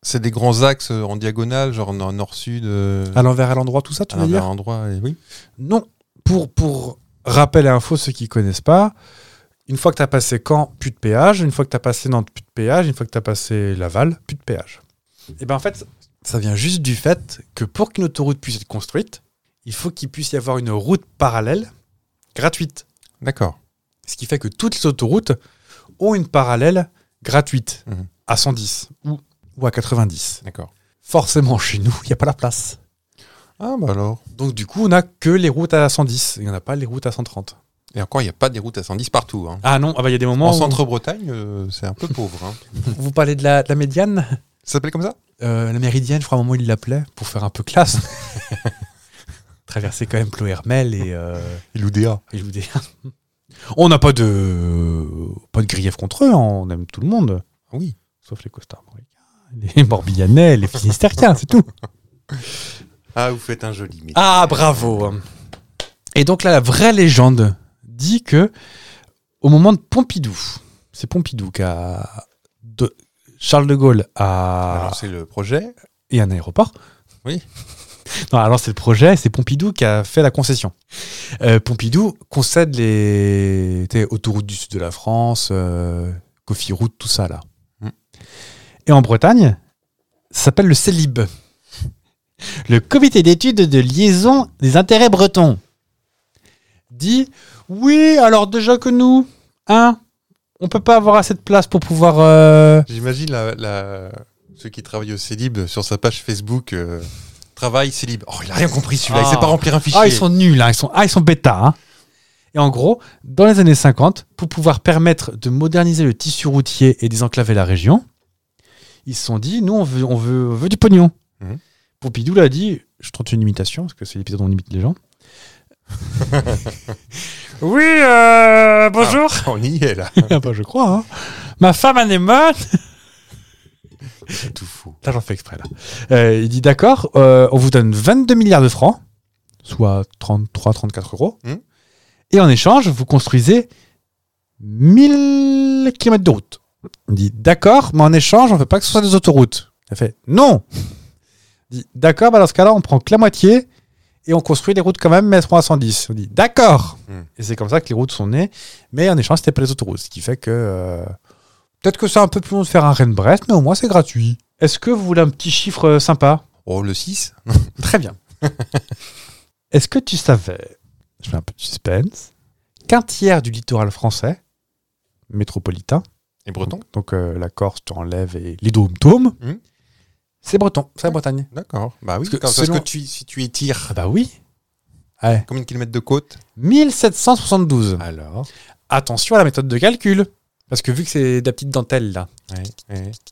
Speaker 2: c'est des grands axes en diagonale genre nord- nord-sud euh, Ah
Speaker 1: À l'envers, à l'endroit, tout ça, tu
Speaker 2: à
Speaker 1: veux dire
Speaker 2: l'envers endroit et oui.
Speaker 1: Non. Pour, pour rappel et info, ceux qui connaissent pas, une fois que tu as passé Caen, plus de péage. Une fois que tu as passé Nantes, plus de péage. Une fois que tu as passé Laval, plus de péage. Et bien en fait, ça vient juste du fait que pour qu'une autoroute puisse être construite, il faut qu'il puisse y avoir une route parallèle gratuite.
Speaker 2: D'accord.
Speaker 1: Ce qui fait que toutes les autoroutes ont une parallèle gratuite
Speaker 2: Mhm.
Speaker 1: à 110 ou, ou à 90.
Speaker 2: D'accord.
Speaker 1: Forcément, chez nous, il n'y a pas la place.
Speaker 2: Ah bah alors.
Speaker 1: Donc, du coup, on n'a que les routes à 110. Il n'y en a pas les routes à 130.
Speaker 2: Et encore il n'y a pas des routes à 110 partout. hein.
Speaker 1: Ah non, ah bah, il y a des moments
Speaker 2: En
Speaker 1: où
Speaker 2: centre-Bretagne, euh, c'est un peu pauvre. hein.
Speaker 1: vous parlez de la, de la médiane.
Speaker 2: Ça s'appelle comme ça
Speaker 1: Euh, la méridienne, je crois, à un moment, il l'appelait pour faire un peu classe. Traverser quand même Clos Hermel et. euh,
Speaker 2: L'UDA.
Speaker 1: Et je vous dis- on n'a pas de pas de grief contre eux, hein, on aime tout le monde.
Speaker 2: Oui.
Speaker 1: Sauf les costards américains, les Morbihanais, les Finistériens, c'est tout.
Speaker 2: Ah vous faites un joli métier.
Speaker 1: Ah bravo. Et donc là, la vraie légende dit que au moment de Pompidou, c'est Pompidou qui a de Charles de Gaulle a
Speaker 2: Alors, c'est le projet.
Speaker 1: et un aéroport.
Speaker 2: Oui.
Speaker 1: Non, alors c'est le projet, c'est Pompidou qui a fait la concession. Euh, Pompidou concède les tu sais, autoroutes du sud de la France, euh, Coffee Route, tout ça là.
Speaker 2: Mm.
Speaker 1: Et en Bretagne, ça s'appelle le CELIB, le Comité d'études de liaison des intérêts bretons, dit oui, alors déjà que nous, hein, on peut pas avoir assez de place pour pouvoir euh,
Speaker 2: J'imagine la, la- ceux qui travaillent au Célib sur sa page Facebook. euh, Travail Célib. Oh, il a rien compris celui-là. Il
Speaker 1: Ah.
Speaker 2: sait pas remplir un fichier.
Speaker 1: Ah, ils sont nuls, hein. ils sont, ah, ils sont bêta. hein. Et en gros, dans les années 50, pour pouvoir permettre de moderniser le tissu routier et désenclaver la région, ils se sont dit, nous, on veut, on veut, on veut du pognon.
Speaker 2: Mhm.
Speaker 1: Pompidou l'a dit, je tente une imitation, parce que c'est l'épisode où on imite les gens. oui, euh, bonjour.
Speaker 2: On y est là.
Speaker 1: Ah bah, je crois. hein. Ma femme anémone.
Speaker 2: C'est tout fou.
Speaker 1: Là, j'en fais exprès. Là. Euh, il dit d'accord, euh, on vous donne 22 milliards de francs, soit 33-34 euros.
Speaker 2: Hmm.
Speaker 1: Et en échange, vous construisez 1000 km de route. Il dit d'accord, mais en échange, on ne veut pas que ce soit des autoroutes. Il a fait non. Il dit d'accord, bah dans ce cas-là, on prend que la moitié et on construit les routes quand même, mais elles seront à 110. On dit d'accord.
Speaker 2: Hmm.
Speaker 1: Et c'est comme ça que les routes sont nées, mais en échange, c'était pas les autoroutes. Ce qui fait que. euh, Peut-être que c'est un peu plus long de faire un Rennes-Brest, mais au moins c'est gratuit. Est-ce que vous voulez un petit chiffre euh, sympa
Speaker 2: Oh, le 6
Speaker 1: Très bien. Est-ce que tu savais, je fais un peu de suspense, qu'un tiers du littoral français, métropolitain,
Speaker 2: Et breton
Speaker 1: donc euh, la Corse, tu enlèves et les Dômes-Tômes,
Speaker 2: Mhm.
Speaker 1: c'est breton, Mmh. c'est la Bretagne.
Speaker 2: D'accord. Bah oui,
Speaker 1: Parce que
Speaker 2: parce que,
Speaker 1: selon-
Speaker 2: tu, si tu étires
Speaker 1: Ah bah oui. Ouais.
Speaker 2: combien de kilomètres de côte
Speaker 1: 1772.
Speaker 2: Alors
Speaker 1: Attention à la méthode de calcul, parce que vu que c'est de la petite dentelle là,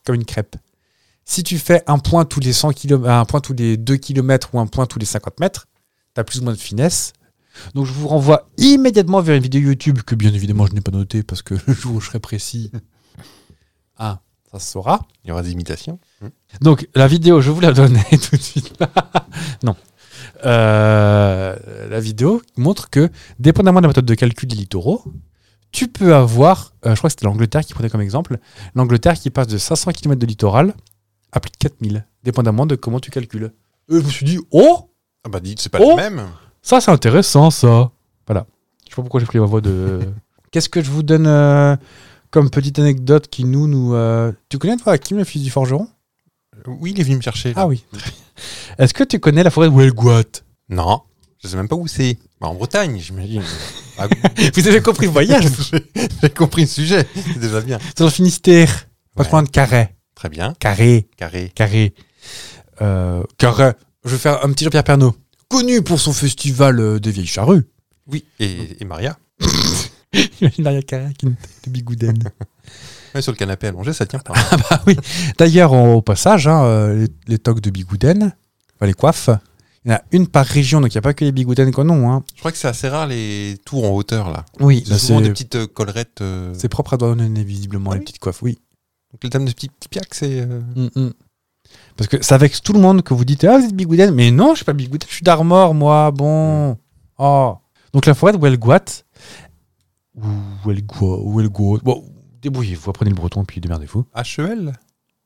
Speaker 1: comme une crêpe. Si tu fais un point tous les 100 km, un point tous les 2 km ou un point tous les 50 mètres, t'as plus ou moins de finesse. Donc je vous renvoie immédiatement vers une vidéo YouTube que bien évidemment je n'ai pas notée parce que le jour où je serai précis, Ah, Ça se saura.
Speaker 2: Il y aura des imitations.
Speaker 1: Donc, la vidéo, je vous la donne tout de suite. non. Euh, la vidéo montre que, dépendamment de la méthode de calcul des littoraux, tu peux avoir, euh, je crois que c'était l'Angleterre qui prenait comme exemple, l'Angleterre qui passe de 500 km de littoral à plus de 4000, dépendamment de comment tu calcules. Et je me suis dit, oh,
Speaker 2: Ah bah dites, c'est pas
Speaker 1: Oh
Speaker 2: le même.
Speaker 1: ça c'est intéressant, ça. Voilà. Je sais pas pourquoi j'ai pris ma voix de. Qu'est-ce que je vous donne euh, comme petite anecdote qui nous. nous euh, Tu connais, toi, Hakim, le fils du forgeron
Speaker 2: Oui, il est venu me chercher. là.
Speaker 1: Ah oui. Est-ce que tu connais la forêt de Welgoat
Speaker 2: Non, je sais même pas où c'est. Bah, en Bretagne, j'imagine. Ah,
Speaker 1: Vous avez compris le voyage vous.
Speaker 2: j'ai- J'ai compris le sujet, c'est déjà bien.
Speaker 1: C'est dans le Finistère. Pas
Speaker 2: Ouais.
Speaker 1: loin de Carré.
Speaker 2: Très bien,
Speaker 1: Carré.
Speaker 2: carré.
Speaker 1: Carré. Euh, Carré. Je vais faire un petit Jean-Pierre Pernaud. Connu pour son festival euh, des vieilles charrues.
Speaker 2: Oui, et, et Maria
Speaker 1: Imagine Maria Carré qui de Bigouden.
Speaker 2: Ouais, Sur le canapé allongé, ça tient pas.
Speaker 1: D'ailleurs, on- au passage, hein, euh, les, les toques de Bigouden, enfin, les coiffes, il y en a une par région, donc il n'y a pas que les Bigouden qu'on a. Hein.
Speaker 2: Je crois que c'est assez rare les tours en hauteur, là.
Speaker 1: Oui,
Speaker 2: C'est souvent des petites euh, collerettes. euh,
Speaker 1: Bah, c'est propre à Douarnenez, visiblement,
Speaker 2: Ah
Speaker 1: les
Speaker 2: oui
Speaker 1: petites coiffes, oui.
Speaker 2: Donc, les dames de petits, petits piacs, c'est. euh,
Speaker 1: Mm, Parce que ça vexe tout le monde que vous dites Ah, vous êtes Bigouden. Mais non, je suis pas Bigouden, je suis d'Armor, moi.
Speaker 2: Mm.
Speaker 1: Bon. Oh. Donc la forêt de Welguat. Ou Welguat, ou Welguat. Bon, débrouillez-vous, apprenez le breton, puis démerdez-vous. E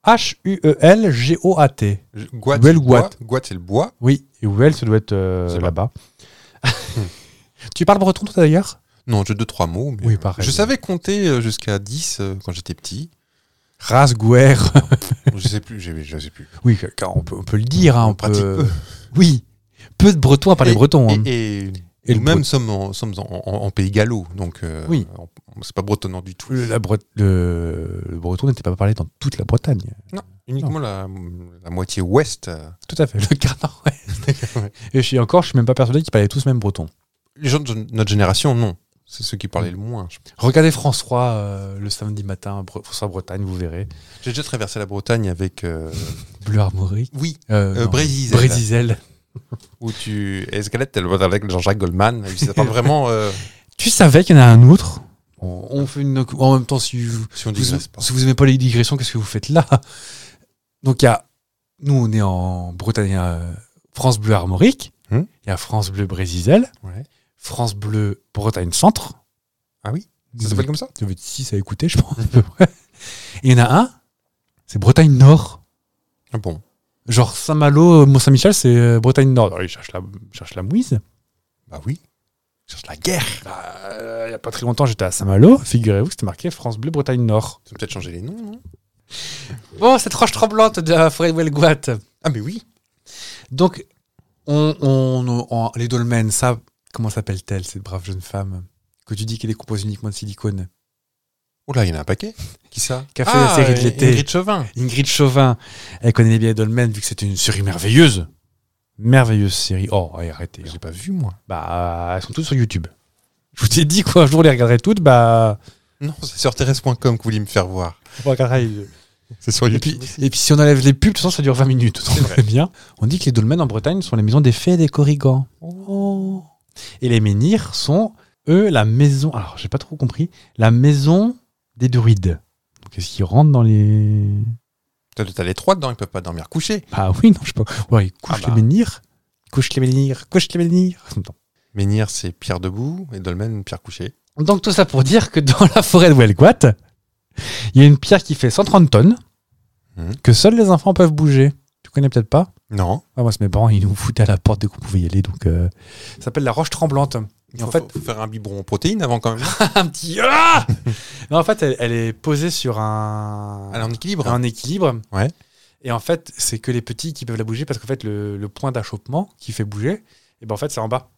Speaker 2: HEL
Speaker 1: H-U-E-L-G-O-A-T.
Speaker 2: Je- Gouate,
Speaker 1: Well,
Speaker 2: c'est le bois.
Speaker 1: Gouate.
Speaker 2: Gouate, c'est le bois.
Speaker 1: Oui, et où elle, ça doit être euh,
Speaker 2: C'est
Speaker 1: là-bas. tu parles breton, toi, d'ailleurs
Speaker 2: Non, j'ai deux, trois mots. mais- euh,
Speaker 1: Oui, pareil.
Speaker 2: Je savais compter euh, jusqu'à 10 euh, quand j'étais petit.
Speaker 1: Rasguer.
Speaker 2: je sais plus, j'ai- je sais plus.
Speaker 1: Oui, car on peut, on peut le dire. hein,
Speaker 2: On
Speaker 1: on
Speaker 2: pratique
Speaker 1: peut-
Speaker 2: peu.
Speaker 1: Oui. Peu de bretons à part les
Speaker 2: Et-
Speaker 1: bretons. hein.
Speaker 2: Et, et,
Speaker 1: Et le
Speaker 2: nous-mêmes sommes en, sommes en, en- en pays gallo, donc euh,
Speaker 1: Oui.
Speaker 2: on- on- c'est pas bretonnant du tout.
Speaker 1: Le, la Bre- le- le breton n'était pas parlé dans toute la Bretagne.
Speaker 2: Non, uniquement la, la moitié ouest. euh,
Speaker 1: Tout à fait, le quart nord-ouest. Et je suis encore, je suis même pas persuadé qu'ils parlaient tous même breton.
Speaker 2: Les gens de notre génération, non. C'est ceux qui parlaient le moins. je pense.
Speaker 1: Regardez François euh, le samedi matin, Bre- François Bretagne, vous verrez.
Speaker 2: J'ai déjà traversé la Bretagne avec. euh,
Speaker 1: Bleu Armorique.
Speaker 2: oui,
Speaker 1: Euh,
Speaker 2: euh,
Speaker 1: non,
Speaker 2: Brésisel,
Speaker 1: Brésisel.
Speaker 2: où tu escalades t'as le vote avec Jean-Jacques Goldman. et puis Ça parle vraiment. euh,
Speaker 1: Tu savais qu'il y en a un autre on, on fait une. En même temps, si vous,
Speaker 2: si on dit
Speaker 1: Vous- si vous aimez pas les digressions, qu'est-ce que vous faites là Donc il y a, nous on est en Bretagne, il y a, euh, France Bleu Armorique, il
Speaker 2: Hum.
Speaker 1: y a France Bleu Brésisel,
Speaker 2: Ouais.
Speaker 1: France Bleu Bretagne Centre.
Speaker 2: Ah oui
Speaker 1: Vous
Speaker 2: Ça s'appelle
Speaker 1: avez,
Speaker 2: comme ça
Speaker 1: vous avez six à écouter, je pense. à peu près. Et il y en a un, c'est Bretagne Nord.
Speaker 2: Ah Bon.
Speaker 1: Genre Saint-Malo, euh, Mont-Saint-Michel, c'est euh, Bretagne Nord. Alors, ils cherchent la, ils cherchent la mouise.
Speaker 2: Bah oui. Je cherche la guerre.
Speaker 1: Bah, euh, il n'y a pas très longtemps, j'étais à Saint-Malo. Figurez-vous que c'était marqué France Bleu Bretagne Nord.
Speaker 2: Ils ont peut-être changé les noms, non
Speaker 1: Bon, cette roche tremblante de la forêt de Welguat.
Speaker 2: Ah, mais oui.
Speaker 1: Donc, on, on- on- on- les dolmens, ça, comment s'appelle-t-elle, cette brave jeune femme que tu dis qu'elle est composée uniquement de silicone
Speaker 2: Oh là, il y en a un paquet. Qui ça
Speaker 1: Qui a fait la série de
Speaker 2: euh,
Speaker 1: l'été.
Speaker 2: Ingrid Chauvin.
Speaker 1: Ingrid Chauvin, elle connaît bien les dolmens vu que c'était une série merveilleuse. Merveilleuse série. Oh, allez, arrêtez.
Speaker 2: J'ai pas vu, moi.
Speaker 1: Bah, elles sont toutes sur YouTube. Je vous ai dit qu'un jour, on les regarderait toutes, bah,
Speaker 2: Non, c'est sur thérèse.com que vous vouliez me faire voir.
Speaker 1: on regarderait. euh,
Speaker 2: C'est sur
Speaker 1: Et
Speaker 2: YouTube.
Speaker 1: puis, et puis, si on enlève les pubs, de toute façon, ça dure 20 minutes. Donc, c'est bien. On dit que les dolmens en Bretagne sont les maisons des fées et des corrigans.
Speaker 2: Oh.
Speaker 1: Et les menhirs sont, eux, la maison. Alors, j'ai pas trop compris. La maison des druides. Donc, est-ce qu'ils rentrent dans les.
Speaker 2: T'as t'as les trois dedans, ils peuvent pas dormir couchés.
Speaker 1: Ah oui, non, je sais pas. Ouais, ils couchent
Speaker 2: Ah bah.
Speaker 1: les menhirs. Ils couchent les menhirs. Couchent les menhirs. En même temps.
Speaker 2: Menhir, c'est pierre debout, et dolmen, pierre couchée.
Speaker 1: Donc, tout ça pour dire que dans la forêt de Welguat, il y a une pierre qui fait 130 tonnes
Speaker 2: Mhm.
Speaker 1: que seuls les enfants peuvent bouger. Tu connais peut-être pas
Speaker 2: Non.
Speaker 1: Ah, moi, c'est mes parents, ils nous foutaient à la porte dès qu'on pouvait y aller. Donc, euh, Ça s'appelle la roche tremblante.
Speaker 2: Il
Speaker 1: Et en
Speaker 2: faut,
Speaker 1: fait-
Speaker 2: faut faire un biberon en protéines avant quand même.
Speaker 1: Un petit. Ah Non, en fait, elle, elle est posée sur un.
Speaker 2: Elle est en équilibre.
Speaker 1: un équilibre.
Speaker 2: Ouais.
Speaker 1: Et en fait, c'est que les petits qui peuvent la bouger parce qu'en fait, le, le point d'achoppement qui fait bouger, et ben en fait, c'est en bas.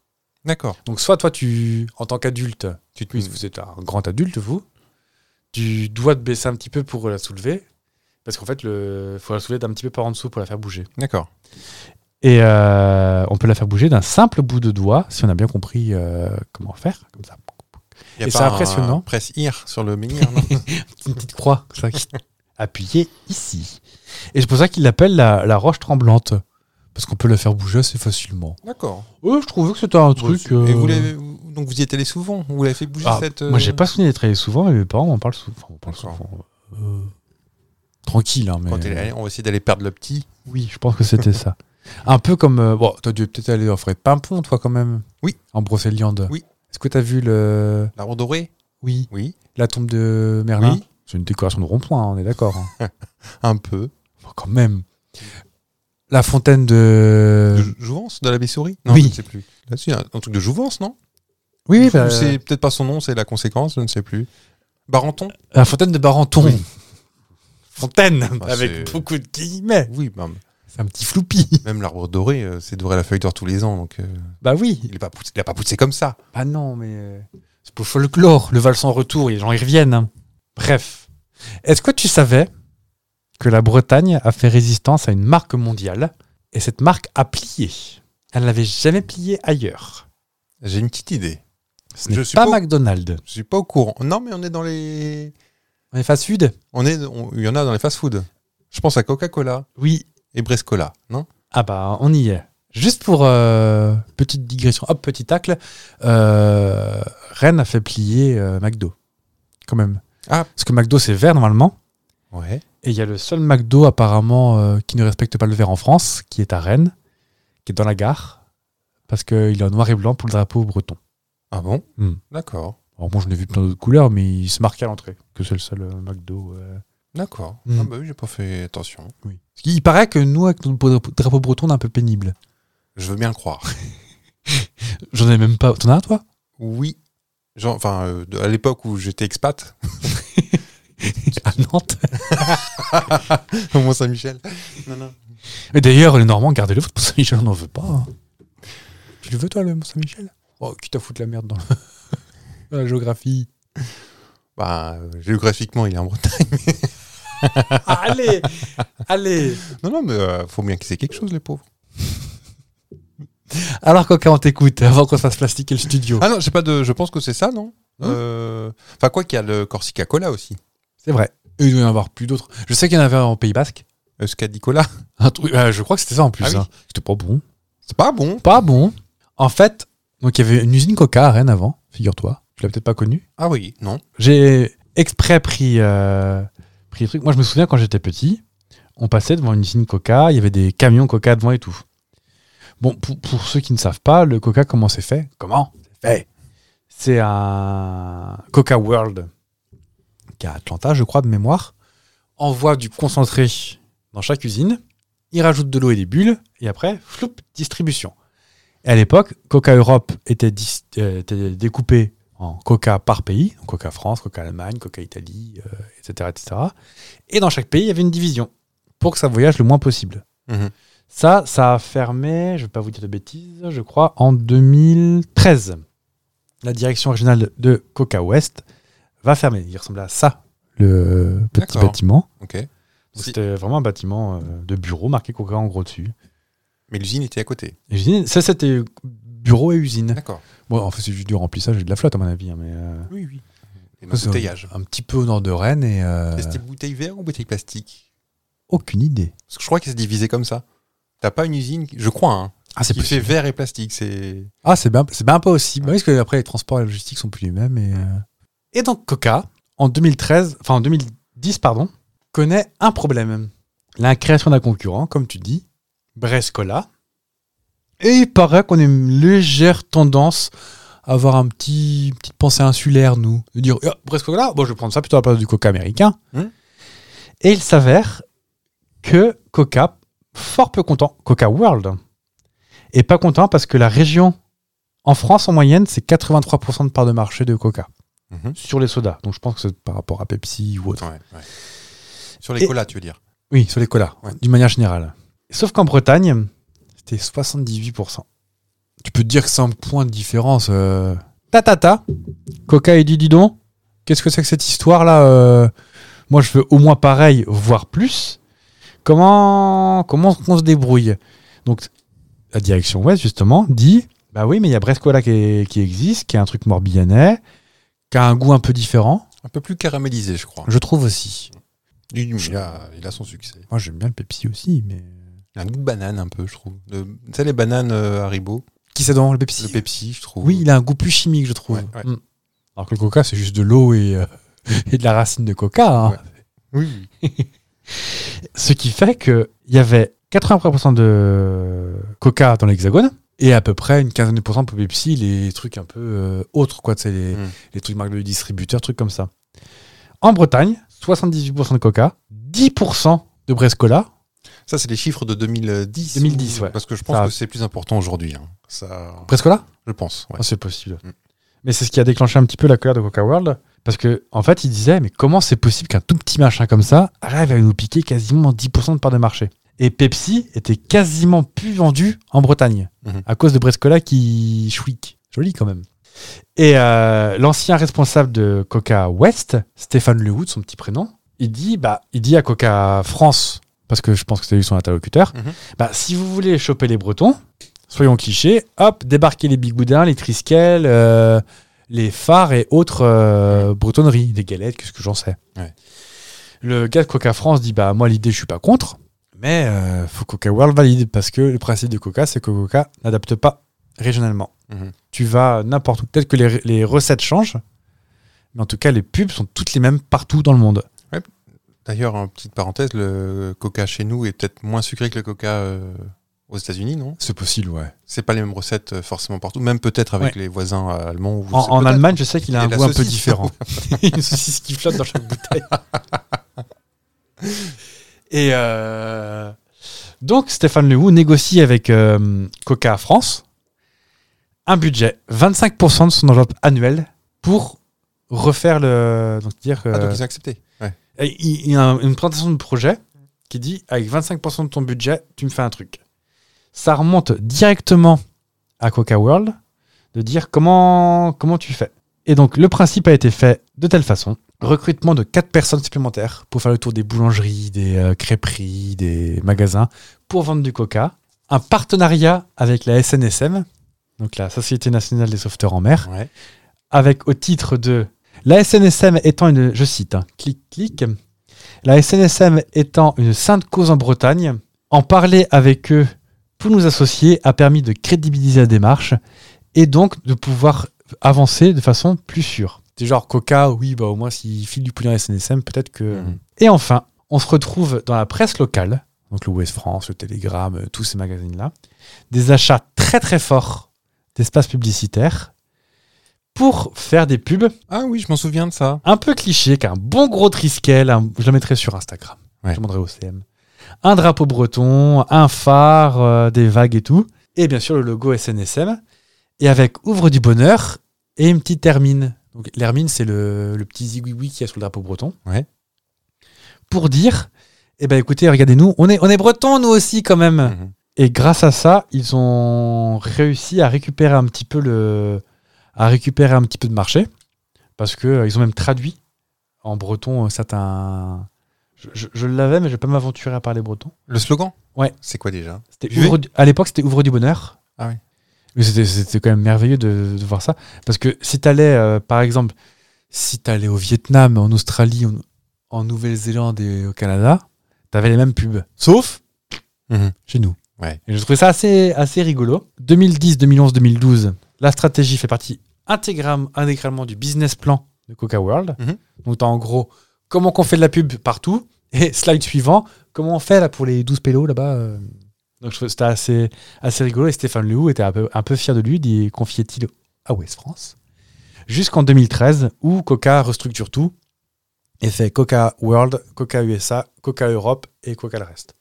Speaker 2: D'accord.
Speaker 1: Donc, soit toi, tu, en tant qu'adulte,
Speaker 2: Tu te
Speaker 1: puis vous êtes un grand adulte, vous, tu dois te baisser un petit peu pour la soulever parce qu'en fait, il faut la soulever d'un petit peu par en dessous pour la faire bouger.
Speaker 2: D'accord.
Speaker 1: Et euh, on peut la faire bouger d'un simple bout de doigt, si on a bien compris euh, comment faire, comme ça.
Speaker 2: Y a
Speaker 1: Et
Speaker 2: pas
Speaker 1: c'est
Speaker 2: un
Speaker 1: impressionnant.
Speaker 2: Presse ir sur le menhir, non
Speaker 1: une petite croix comme ça, qui- appuyée ici. Et c'est pour ça qu'il l'appelle la, la roche tremblante. Parce qu'on peut la faire bouger assez facilement.
Speaker 2: D'accord.
Speaker 1: Ouais, je trouvais que c'était un truc.
Speaker 2: Et
Speaker 1: euh,
Speaker 2: vous l'avez- donc vous y êtes allé souvent Vous l'avez fait bouger
Speaker 1: Ah,
Speaker 2: cette. euh,
Speaker 1: Moi, j'ai pas souvenir d'être allé souvent, mais mes parents m'en parlent souvent. Enfin, m'en parlent
Speaker 2: D'accord.
Speaker 1: souvent. Euh, Tranquille, hein, mais. euh,
Speaker 2: Quand elle est allée, on va essayer d'aller perdre le petit.
Speaker 1: Oui, je pense que c'était ça. Un peu comme. euh, bon, t'as dû peut-être aller en forêt de Pimpon, toi, quand même.
Speaker 2: Oui.
Speaker 1: En Brocéliande.
Speaker 2: Oui.
Speaker 1: Est-ce que t'as vu le.
Speaker 2: L'arbre doré
Speaker 1: Oui.
Speaker 2: Oui.
Speaker 1: La tombe de Merlin
Speaker 2: Oui.
Speaker 1: C'est une décoration de rond-point, hein, on est d'accord. hein.
Speaker 2: Un peu.
Speaker 1: Bon, quand même. La fontaine de.
Speaker 2: De jou- Jouvence De la Bessouri Non,
Speaker 1: Euh, oui.
Speaker 2: je ne sais plus. Là, c'est un, un truc de Jouvence, non
Speaker 1: Oui, oui,
Speaker 2: Ou
Speaker 1: bah,
Speaker 2: C'est peut-être pas son nom, c'est la conséquence, je ne sais plus. Barenton
Speaker 1: la fontaine de Barenton.
Speaker 2: Oui.
Speaker 1: Fontaine,
Speaker 2: Bah,
Speaker 1: avec
Speaker 2: c'est-
Speaker 1: beaucoup de guillemets.
Speaker 2: Oui, bah,
Speaker 1: C'est un petit floupi.
Speaker 2: même l'arbre doré, euh, c'est devrait la feuille d'or tous les ans, donc euh,
Speaker 1: Bah oui.
Speaker 2: il n'a pas, poussé- il a pas poussé comme ça.
Speaker 1: Ah non, mais. euh, C'est pour le folklore, le Val sans retour, les gens y reviennent. hein. Bref. Est-ce que tu savais que la Bretagne a fait résistance à une marque mondiale et cette marque a plié Elle n'avait jamais plié ailleurs.
Speaker 2: J'ai une petite idée.
Speaker 1: Ce n'est
Speaker 2: Je
Speaker 1: pas
Speaker 2: suppose-
Speaker 1: McDonald's.
Speaker 2: Je suis pas au courant. Non, mais on est dans les.
Speaker 1: On est fast food
Speaker 2: On est, on- il y en a dans les fast-food. Je pense à Coca-Cola
Speaker 1: Oui.
Speaker 2: et Brescola, non
Speaker 1: Ah bah, on y est. Juste pour euh, petite digression, hop, petit tacle, euh, Rennes a fait plier euh, McDo, quand même.
Speaker 2: Ah.
Speaker 1: Parce que McDo, c'est vert normalement.
Speaker 2: Ouais.
Speaker 1: Et il y a le seul McDo apparemment euh, qui ne respecte pas le vert en France, qui est à Rennes, qui est dans la gare, parce qu'il est en noir et blanc pour le drapeau breton.
Speaker 2: Ah bon
Speaker 1: Hmm.
Speaker 2: D'accord.
Speaker 1: Alors moi, je n'ai vu plein d'autres couleurs, mais il se marquait à l'entrée que c'est le seul euh, McDo. euh.
Speaker 2: D'accord.
Speaker 1: Hmm.
Speaker 2: Ah bah oui, j'ai pas fait attention.
Speaker 1: Parce qu'il paraît que nous, avec notre drapeau- drapeau breton, on est un peu pénible.
Speaker 2: Je veux bien le croire.
Speaker 1: J'en ai même pas. T'en as un, toi
Speaker 2: Oui. Genre, enfin, euh, de- à l'époque où j'étais expat,
Speaker 1: À Nantes
Speaker 2: au Mont-Saint-Michel. Non, non.
Speaker 1: Et d'ailleurs, les Normands, gardez-le, votre Mont-Saint-Michel, on n'en veut pas. hein. Tu le veux, toi, le Mont-Saint-Michel Oh, quitte à foutre la merde dans, le- dans la géographie.
Speaker 2: Bah, euh, géographiquement, il est en Bretagne.
Speaker 1: allez Allez
Speaker 2: Non, non, mais euh, faut bien qu'ils aient quelque chose, les pauvres.
Speaker 1: Alors, Coca, on t'écoute, avant qu'on se fasse plastiquer le studio.
Speaker 2: Ah non, j'ai pas de. Je pense que c'est ça, non
Speaker 1: Hmm.
Speaker 2: Euh, Enfin, quoi qu'il y a le Corsica Cola aussi.
Speaker 1: C'est vrai. Et il doit y en avoir plus d'autres. Je sais qu'il y en avait un en Pays Basque.
Speaker 2: Euskadi Cola.
Speaker 1: Un truc, euh, je crois que c'était ça en plus.
Speaker 2: Ah oui.
Speaker 1: hein. C'était pas bon.
Speaker 2: C'est pas bon.
Speaker 1: Pas bon. En fait, donc il y avait une usine Coca à Rennes avant, figure-toi. Tu l'as peut-être pas connue.
Speaker 2: Ah oui, non.
Speaker 1: J'ai exprès pris, euh, pris des trucs. Moi, je me souviens quand j'étais petit, on passait devant une usine Coca, il y avait des camions Coca devant et tout. Bon, pour, pour ceux qui ne savent pas, le Coca, comment c'est fait Comment C'est fait C'est un Coca World, qui est à Atlanta, je crois, de mémoire, envoie du concentré dans chaque usine, il rajoute de l'eau et des bulles, et après, floup, distribution. Et à l'époque, Coca Europe était, dis- euh, était découpé en Coca par pays, donc Coca France, Coca Allemagne, Coca Italie, euh, etc., etc. Et dans chaque pays, il y avait une division pour que ça voyage le moins possible.
Speaker 2: Mhm.
Speaker 1: Ça, ça a fermé, je ne vais pas vous dire de bêtises, je crois, en 2013. La direction régionale de Coca Ouest va fermer. Il ressemblait à ça, le petit
Speaker 2: D'accord.
Speaker 1: bâtiment.
Speaker 2: Ok.
Speaker 1: Donc,
Speaker 2: Si.
Speaker 1: C'était vraiment un bâtiment euh, de bureau marqué Coca en gros dessus.
Speaker 2: Mais l'usine était à côté.
Speaker 1: Et l'usine- ça, c'était bureau et usine.
Speaker 2: D'accord.
Speaker 1: Bon, en fait, c'est juste du remplissage et de la flotte, à mon avis. hein, mais, euh,
Speaker 2: Oui, oui. Et
Speaker 1: Ça, c'est
Speaker 2: l'embouteillage.
Speaker 1: un petit peu au nord de Rennes et euh,
Speaker 2: C'était bouteille verre ou bouteille plastique
Speaker 1: aucune idée.
Speaker 2: Parce que je crois qu'elle se divisait comme ça. T'as pas une usine, qui- je crois, hein,
Speaker 1: Ah, c'est
Speaker 2: qui fait verre et plastique. C'est.
Speaker 1: Ah, c'est bien, c'est bien possible. Bah oui, Parce que après, les transports et la logistique sont plus les mêmes. Et, euh. et donc, Coca, en 2013, enfin en 2010, pardon, connaît un problème. La création d'un concurrent, comme tu dis, Brescola. Et il paraît qu'on a une légère tendance à avoir un petit, petite pensée insulaire, nous. De dire, Ah, Brescola, bon, je vais prendre ça plutôt à la place du Coca américain.
Speaker 2: Hum.
Speaker 1: Et il s'avère que Coca, fort peu content, Coca World, est pas content parce que la région en France, en moyenne, c'est 83% de part de marché de Coca
Speaker 2: Mhm.
Speaker 1: sur les sodas. Donc je pense que c'est par rapport à Pepsi ou autre.
Speaker 2: Ouais, ouais. Sur les
Speaker 1: Et-
Speaker 2: colas, tu veux dire
Speaker 1: Oui, sur les colas,
Speaker 2: Ouais.
Speaker 1: d'une manière générale. Sauf qu'en Bretagne, c'était 78%. Tu peux te dire que c'est un point de différence. euh, Ta ta ta. Coca et dit dis donc, qu'est-ce que c'est que cette histoire-là euh, Moi, je veux au moins pareil, voire plus. Comment comment on se débrouille Donc, la direction ouest, justement, dit Bah oui, mais il y a Brescola qui, est- qui existe, qui est un truc morbihanais, qui a un goût un peu différent.
Speaker 2: Un peu plus caramélisé, je crois.
Speaker 1: Je trouve aussi.
Speaker 2: Il, il a, il a son succès.
Speaker 1: Moi, j'aime bien le Pepsi aussi, mais.
Speaker 2: Il a un goût de banane, un peu, je trouve. De- tu sais, les bananes euh, Haribo
Speaker 1: Qui c'est dans le
Speaker 2: Le Pepsi, je trouve.
Speaker 1: Oui, il a un goût plus chimique, je trouve.
Speaker 2: Ouais, ouais.
Speaker 1: Mm. Alors que le coca, c'est juste de l'eau et, euh, et de la racine de coca. hein.
Speaker 2: Ouais. Oui, oui.
Speaker 1: Ce qui fait qu'il y avait 83% de coca dans l'hexagone et à peu près une quinzaine de pourcents pour Pepsi, les trucs un peu euh, autres, quoi, tu sais, les,
Speaker 2: Mm.
Speaker 1: les trucs marques de distributeur, trucs comme ça. En Bretagne, 78% de coca, 10% de Brescola.
Speaker 2: Ça, c'est les chiffres de 2010.
Speaker 1: 2010, ouais.
Speaker 2: Parce que je pense
Speaker 1: Ça-
Speaker 2: que c'est plus important aujourd'hui. hein. Ça,
Speaker 1: Brescola
Speaker 2: je pense. ouais.
Speaker 1: Ah, c'est possible.
Speaker 2: Mm.
Speaker 1: Mais c'est ce qui a déclenché un petit peu la colère de Coca World. Parce que, en fait, il disait, mais comment c'est possible qu'un tout petit machin comme ça arrive à nous piquer quasiment 10% de part de marché Et Pepsi était quasiment plus vendu en Bretagne
Speaker 2: Mhm.
Speaker 1: à cause de Brescola qui chouique. Joli quand même. Et euh, l'ancien responsable de Coca West, Stéphane Lehout, son petit prénom, il dit, bah, il dit à Coca France, parce que je pense que c'est lui son interlocuteur,
Speaker 2: Mhm.
Speaker 1: bah, si vous voulez choper les Bretons, soyons clichés, hop, débarquer les bigoudins, les trisquelles, euh, les phares et autres euh, bretonneries, des galettes, qu'est-ce que j'en sais.
Speaker 2: Ouais.
Speaker 1: Le gars de Coca France dit bah moi l'idée je suis pas contre, mais euh, faut Coca World valide parce que le principe de Coca c'est que Coca n'adapte pas régionalement.
Speaker 2: Mhm.
Speaker 1: Tu vas n'importe où, peut-être que les, les recettes changent, mais en tout cas les pubs sont toutes les mêmes partout dans le monde.
Speaker 2: D'ailleurs, en petite parenthèse, le coca chez nous est peut-être moins sucré que le coca euh, aux États-Unis, non
Speaker 1: C'est possible ouais.
Speaker 2: C'est pas les mêmes recettes euh, forcément partout, même peut-être avec les voisins euh, allemands. ou je
Speaker 1: En,
Speaker 2: sais
Speaker 1: en
Speaker 2: peut-être.
Speaker 1: Allemagne je sais qu'il a
Speaker 2: Et
Speaker 1: un
Speaker 2: la
Speaker 1: goût un peu
Speaker 2: saucisse.
Speaker 1: différent. une saucisse qui flotte dans chaque bouteille. Et euh, donc, Stéphane Lehoux négocie avec euh, Coca France un budget, 25% de son enveloppe annuelle pour refaire le. Donc, dire,
Speaker 2: Ah,
Speaker 1: euh,
Speaker 2: donc ils ont accepté. Ouais.
Speaker 1: et il il y a un- une présentation de projet qui dit avec 25% de ton budget, tu me fais un truc. Ça remonte directement à Coca World de dire comment, comment tu fais. Et donc, le principe a été fait de telle façon recrutement de 4 personnes supplémentaires pour faire le tour des boulangeries, des euh, crêperies, des magasins pour vendre du Coca. Un partenariat avec la SNSM, donc la Société nationale des sauveteurs en mer,
Speaker 2: Ouais.
Speaker 1: avec au titre de la SNSM étant une, je cite, hein, clic clic, la SNSM étant une sainte cause en Bretagne, en parler avec eux pour nous associer a permis de crédibiliser la démarche et donc de pouvoir avancer de façon plus sûre. C'est genre Coca, oui, bah au moins s'il file du poulet à la SNSM, peut-être que.
Speaker 2: Mhm.
Speaker 1: Et enfin, on se retrouve dans la presse locale, donc le West France, le Telegram, euh, tous ces magazines-là, des achats très très forts d'espaces publicitaires pour faire des pubs
Speaker 2: Ah oui, je m'en souviens de ça.
Speaker 1: un peu cliché, qu'un bon gros triskel, un- je le mettrai sur Instagram.
Speaker 2: Ouais.
Speaker 1: Je demanderai au CM. Un drapeau breton, un phare, euh, des vagues et tout. Et bien sûr, le logo SNSM. Et avec Ouvre du Bonheur et une petite hermine. Donc, l'hermine, c'est le, le petit zigouigoui qu'il y a sur le drapeau breton.
Speaker 2: Ouais.
Speaker 1: Pour dire eh ben écoutez, regardez-nous, on est, on est bretons, nous aussi, quand même.
Speaker 2: Mhm.
Speaker 1: Et grâce à ça, ils ont réussi à récupérer un petit peu le, à récupérer un petit peu de marché, parce que euh, ils ont même traduit en breton euh, certains. Je, je- je l'avais, mais je vais pas m'aventurer à parler breton.
Speaker 2: Le slogan
Speaker 1: Ouais.
Speaker 2: C'est quoi déjà
Speaker 1: C'était
Speaker 2: Buvez.
Speaker 1: Ouvre du- à l'époque, c'était ouvre du bonheur.
Speaker 2: Ah oui.
Speaker 1: Mais c'était- C'était quand même merveilleux de, de voir ça, parce que si t'allais, allais par exemple, si t'allais au Vietnam, en Australie, en, en Nouvelle-Zélande et au Canada, t'avais les mêmes pubs, sauf
Speaker 2: Mhm.
Speaker 1: chez nous.
Speaker 2: Ouais.
Speaker 1: Et je trouvais ça assez, assez rigolo. 2010, 2011, 2012, la stratégie fait partie intégram- intégralement du business plan de Coca World.
Speaker 2: Mhm.
Speaker 1: Donc, t'as en gros, comment qu'on fait de la pub partout Et slide suivant, comment on fait là pour les 12 pélos là-bas euh. Donc, je trouvais- c'était assez, assez rigolo. Et Stéphane Lehoux était un peu, un peu fier de lui, dit confiait-il à West France. Jusqu'en 2013, où Coca restructure tout et fait Coca World, Coca USA, Coca Europe et Coca le reste.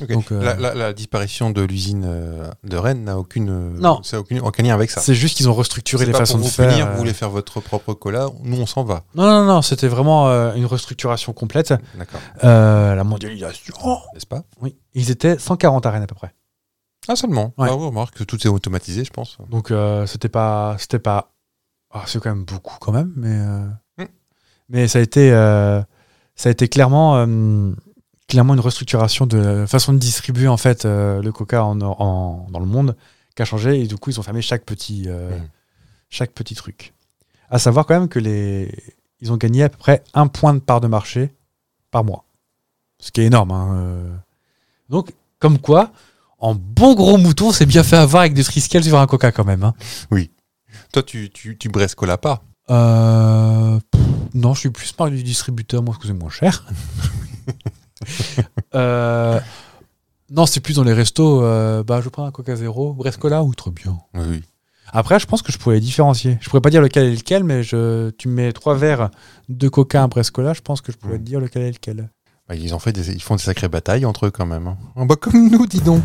Speaker 2: Ok.
Speaker 1: Donc, euh,
Speaker 2: la, la- la disparition de l'usine euh, de Rennes n'a aucune, euh,
Speaker 1: Non.
Speaker 2: ça a aucune, aucun lien avec ça.
Speaker 1: C'est juste qu'ils ont restructuré
Speaker 2: C'est
Speaker 1: les
Speaker 2: pas
Speaker 1: façons de
Speaker 2: pour vous
Speaker 1: faire.
Speaker 2: punir,
Speaker 1: euh,
Speaker 2: vous voulez faire votre propre cola, nous on s'en va.
Speaker 1: Non, non, non, c'était vraiment euh, une restructuration complète.
Speaker 2: D'accord.
Speaker 1: Euh, la mondialisation.
Speaker 2: N'est-ce pas
Speaker 1: Oui, ils étaient 140 arènes à peu près.
Speaker 2: Ah seulement.
Speaker 1: Ouais.
Speaker 2: Ah, vous remarquez que tout est automatisé, je pense.
Speaker 1: Donc euh, c'était pas, c'était pas, ah, c'est quand même beaucoup quand même, mais euh,
Speaker 2: Mm.
Speaker 1: mais ça a été, euh, ça a été clairement, euh, clairement une restructuration de la façon de distribuer en fait euh, le Coca en, en- dans le monde qui a changé et du coup ils ont fermé chaque petit, euh,
Speaker 2: Mm.
Speaker 1: chaque petit truc. À savoir quand même que les, ils ont gagné à peu près un point de part de marché par mois, ce qui est énorme. hein, euh. Donc comme quoi en bon gros mouton, c'est bien fait avoir avec des triscales sur un coca quand même. hein.
Speaker 2: Toi, tu, tu, tu bresses cola pas.
Speaker 1: Euh, pff, non, je suis plus par du distributeur, moi, parce que c'est moins cher. Euh, non, c'est plus dans les restos. euh, bah, je prends un Coca Zéro, Brescola ou trop bien.
Speaker 2: Oui, oui.
Speaker 1: Après, je pense que je pourrais les différencier. Je pourrais pas dire lequel est lequel, mais je, tu me mets trois verres de Coca, un Brescola, je pense que je pourrais te dire lequel est lequel.
Speaker 2: Bah, ils, ont fait des- ils font des sacrées batailles entre eux quand même. hein. Ah bah, comme nous, dis donc.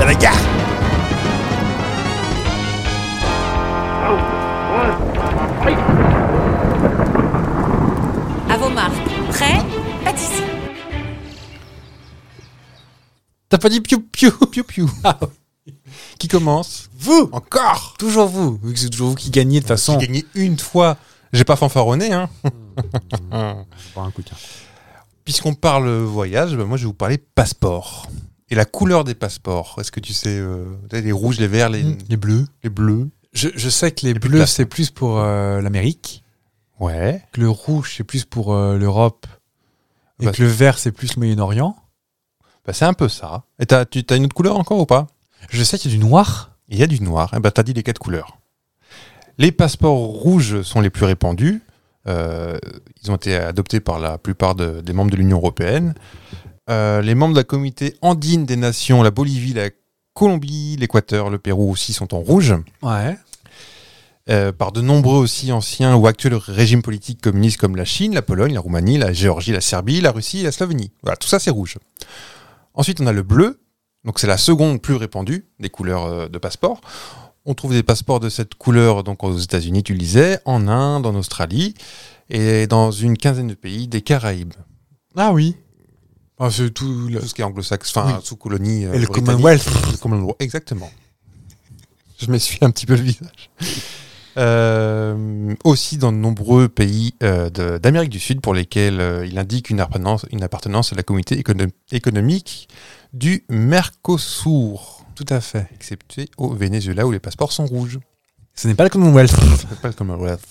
Speaker 2: À la gare
Speaker 7: À vos marques. Prêt Pâtissier.
Speaker 1: T'as pas dit piou piou
Speaker 2: Piu piu. Ah Qui commence
Speaker 1: Vous
Speaker 2: Encore
Speaker 1: Toujours vous Vu que c'est toujours vous qui gagnez de toute façon.
Speaker 2: J'ai gagné une fois. J'ai pas fanfaronné, hein.
Speaker 1: Pas un coup de cœur.
Speaker 2: Puisqu'on parle voyage, bah, moi je vais vous parler passeport. Et la couleur des passeports. Est-ce que tu sais euh, les rouges, les verts, les,
Speaker 1: Les bleus.
Speaker 2: les bleus
Speaker 1: Je, je sais que les
Speaker 2: plus de
Speaker 1: bleus,
Speaker 2: place.
Speaker 1: c'est plus pour euh, l'Amérique,
Speaker 2: Ouais.
Speaker 1: que le rouge, c'est plus pour euh, l'Europe, et
Speaker 2: Bah,
Speaker 1: que le vert, c'est plus le Moyen-Orient.
Speaker 2: Bah, c'est un peu ça. Et t'as, tu as une autre couleur encore ou pas
Speaker 1: Je sais qu'il y a du noir.
Speaker 2: Il y a du noir. Eh ben, t'as dit les quatre couleurs. Les passeports rouges sont les plus répandus. Euh, ils ont été adoptés par la plupart de- des membres de l'Union européenne. Euh, les membres de la comité andine des nations, la Bolivie, la Colombie, l'Équateur, le Pérou aussi sont en rouge.
Speaker 1: Ouais.
Speaker 2: Euh, par de nombreux aussi anciens ou actuels régimes politiques communistes comme la Chine, la Pologne, la Roumanie, la Géorgie, la Serbie, la Russie et la Slovénie. Voilà, tout ça c'est rouge. Ensuite, on a le bleu, donc c'est la seconde plus répandue des couleurs euh, de passeport. On trouve des passeports de cette couleur donc aux États-Unis, tu le disais, en Inde, en Australie et dans une quinzaine de pays des Caraïbes,
Speaker 1: Ah oui. Ah, c'est tout. le-
Speaker 2: tout ce qui est anglo-saxon, enfin
Speaker 1: Oui.
Speaker 2: sous colonie euh,
Speaker 1: Et le
Speaker 2: britannique.
Speaker 1: Commonwealth.
Speaker 2: Le Commonwealth, Exactement. Je m'essuie un petit peu le visage. Euh, aussi dans de nombreux pays euh, de- d'Amérique du Sud pour lesquels euh, il indique une appartenance, une appartenance à la communauté écono- économique du Mercosur,
Speaker 1: Tout à fait.
Speaker 2: excepté au Venezuela où les passeports sont rouges.
Speaker 1: Ce n'est pas le Commonwealth.
Speaker 2: C'est pas le Commonwealth.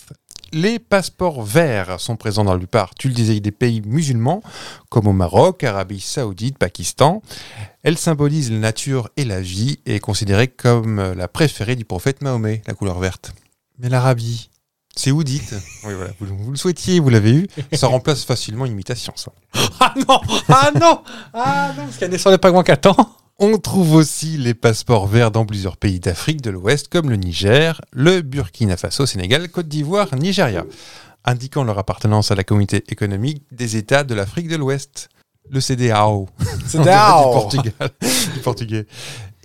Speaker 2: Les passeports verts sont présents dans la plupart, tu le disais, des pays musulmans, comme au Maroc, Arabie Saoudite, Pakistan. Elle symbolise la nature et la vie et est considérée comme la préférée du prophète Mahomet, la couleur verte.
Speaker 1: Mais l'Arabie.
Speaker 2: C'est oudite. Oui, voilà. vous, vous le souhaitiez, vous l'avez eu. Ça remplace facilement une imitation, ça.
Speaker 1: Ah non Ah non Ah non, parce qu'elle descendait pas grand qu'à temps.
Speaker 2: On trouve aussi les passeports verts dans plusieurs pays d'Afrique de l'Ouest comme le Niger, le Burkina Faso, Sénégal, Côte d'Ivoire, Nigeria, indiquant leur appartenance à la communauté économique des États de l'Afrique de l'Ouest, le CDAO
Speaker 1: C'est
Speaker 2: du Portugal, du portugais.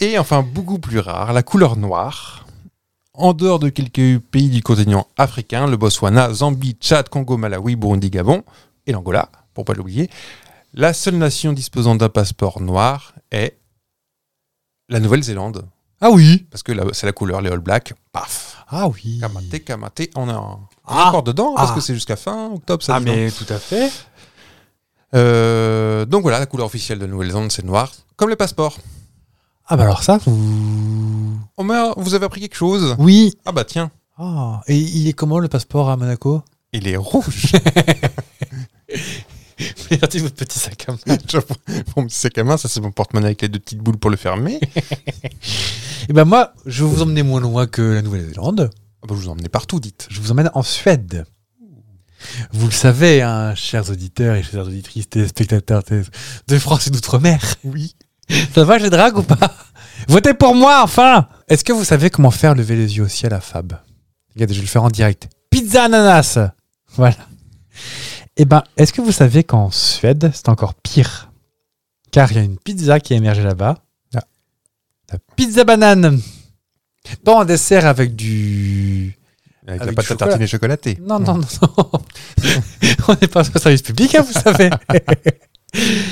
Speaker 2: Et enfin, beaucoup plus rare, la couleur noire. En dehors de quelques pays du continent africain, le Botswana, Zambie, Tchad, Congo, Malawi, Burundi, Gabon et l'Angola, pour pas l'oublier, la seule nation disposant d'un passeport noir est la Nouvelle-Zélande.
Speaker 1: Ah oui.
Speaker 2: Parce que là, c'est la couleur, les All Blacks, paf,
Speaker 1: Ah oui.
Speaker 2: kamaté, kamaté, on est en- on est
Speaker 1: Ah.
Speaker 2: encore dedans, hein, parce
Speaker 1: Ah.
Speaker 2: que c'est jusqu'à fin octobre, ça
Speaker 1: Ah
Speaker 2: dis donc.
Speaker 1: mais tout à fait.
Speaker 2: Euh, donc voilà, la couleur officielle de la Nouvelle-Zélande, c'est le noir, comme les passeports.
Speaker 1: Ah bah alors ça, vous...
Speaker 2: Omer, vous avez appris quelque chose
Speaker 1: Oui.
Speaker 2: Ah bah tiens,
Speaker 1: Ah, et il est comment le passeport à Monaco
Speaker 2: il est rouge.
Speaker 1: Regardez votre petit sac à main.
Speaker 2: Je vois mon petit sac à main, ça c'est mon porte-monnaie avec les deux petites boules pour le fermer.
Speaker 1: Et ben moi, je vais vous emmener moins loin que la Nouvelle-Zélande.
Speaker 2: Ah bah, je vous emmenez partout, dites.
Speaker 1: Je vous emmène en Suède. Vous le savez, hein, chers auditeurs et chères auditrices, téléspectateurs téléspectateurs de France et d'outre-mer.
Speaker 2: Oui.
Speaker 1: Ça va, je les drague ou pas Votez pour moi, enfin Est-ce que vous savez comment faire lever les yeux au ciel à Fab Regardez, je vais le faire en direct. Pizza ananas Voilà. Eh ben, est-ce que vous savez qu'en Suède, c'est encore pire Car il y a une pizza qui a émergé là-bas.
Speaker 2: Ah.
Speaker 1: La pizza banane Pas en dessert avec du...
Speaker 2: Avec,
Speaker 1: Avec du
Speaker 2: la pâte à
Speaker 1: Ah chocolat.
Speaker 2: tartiner chocolatée.
Speaker 1: Non, non, non, non. On n'est pas au service public, hein, vous savez.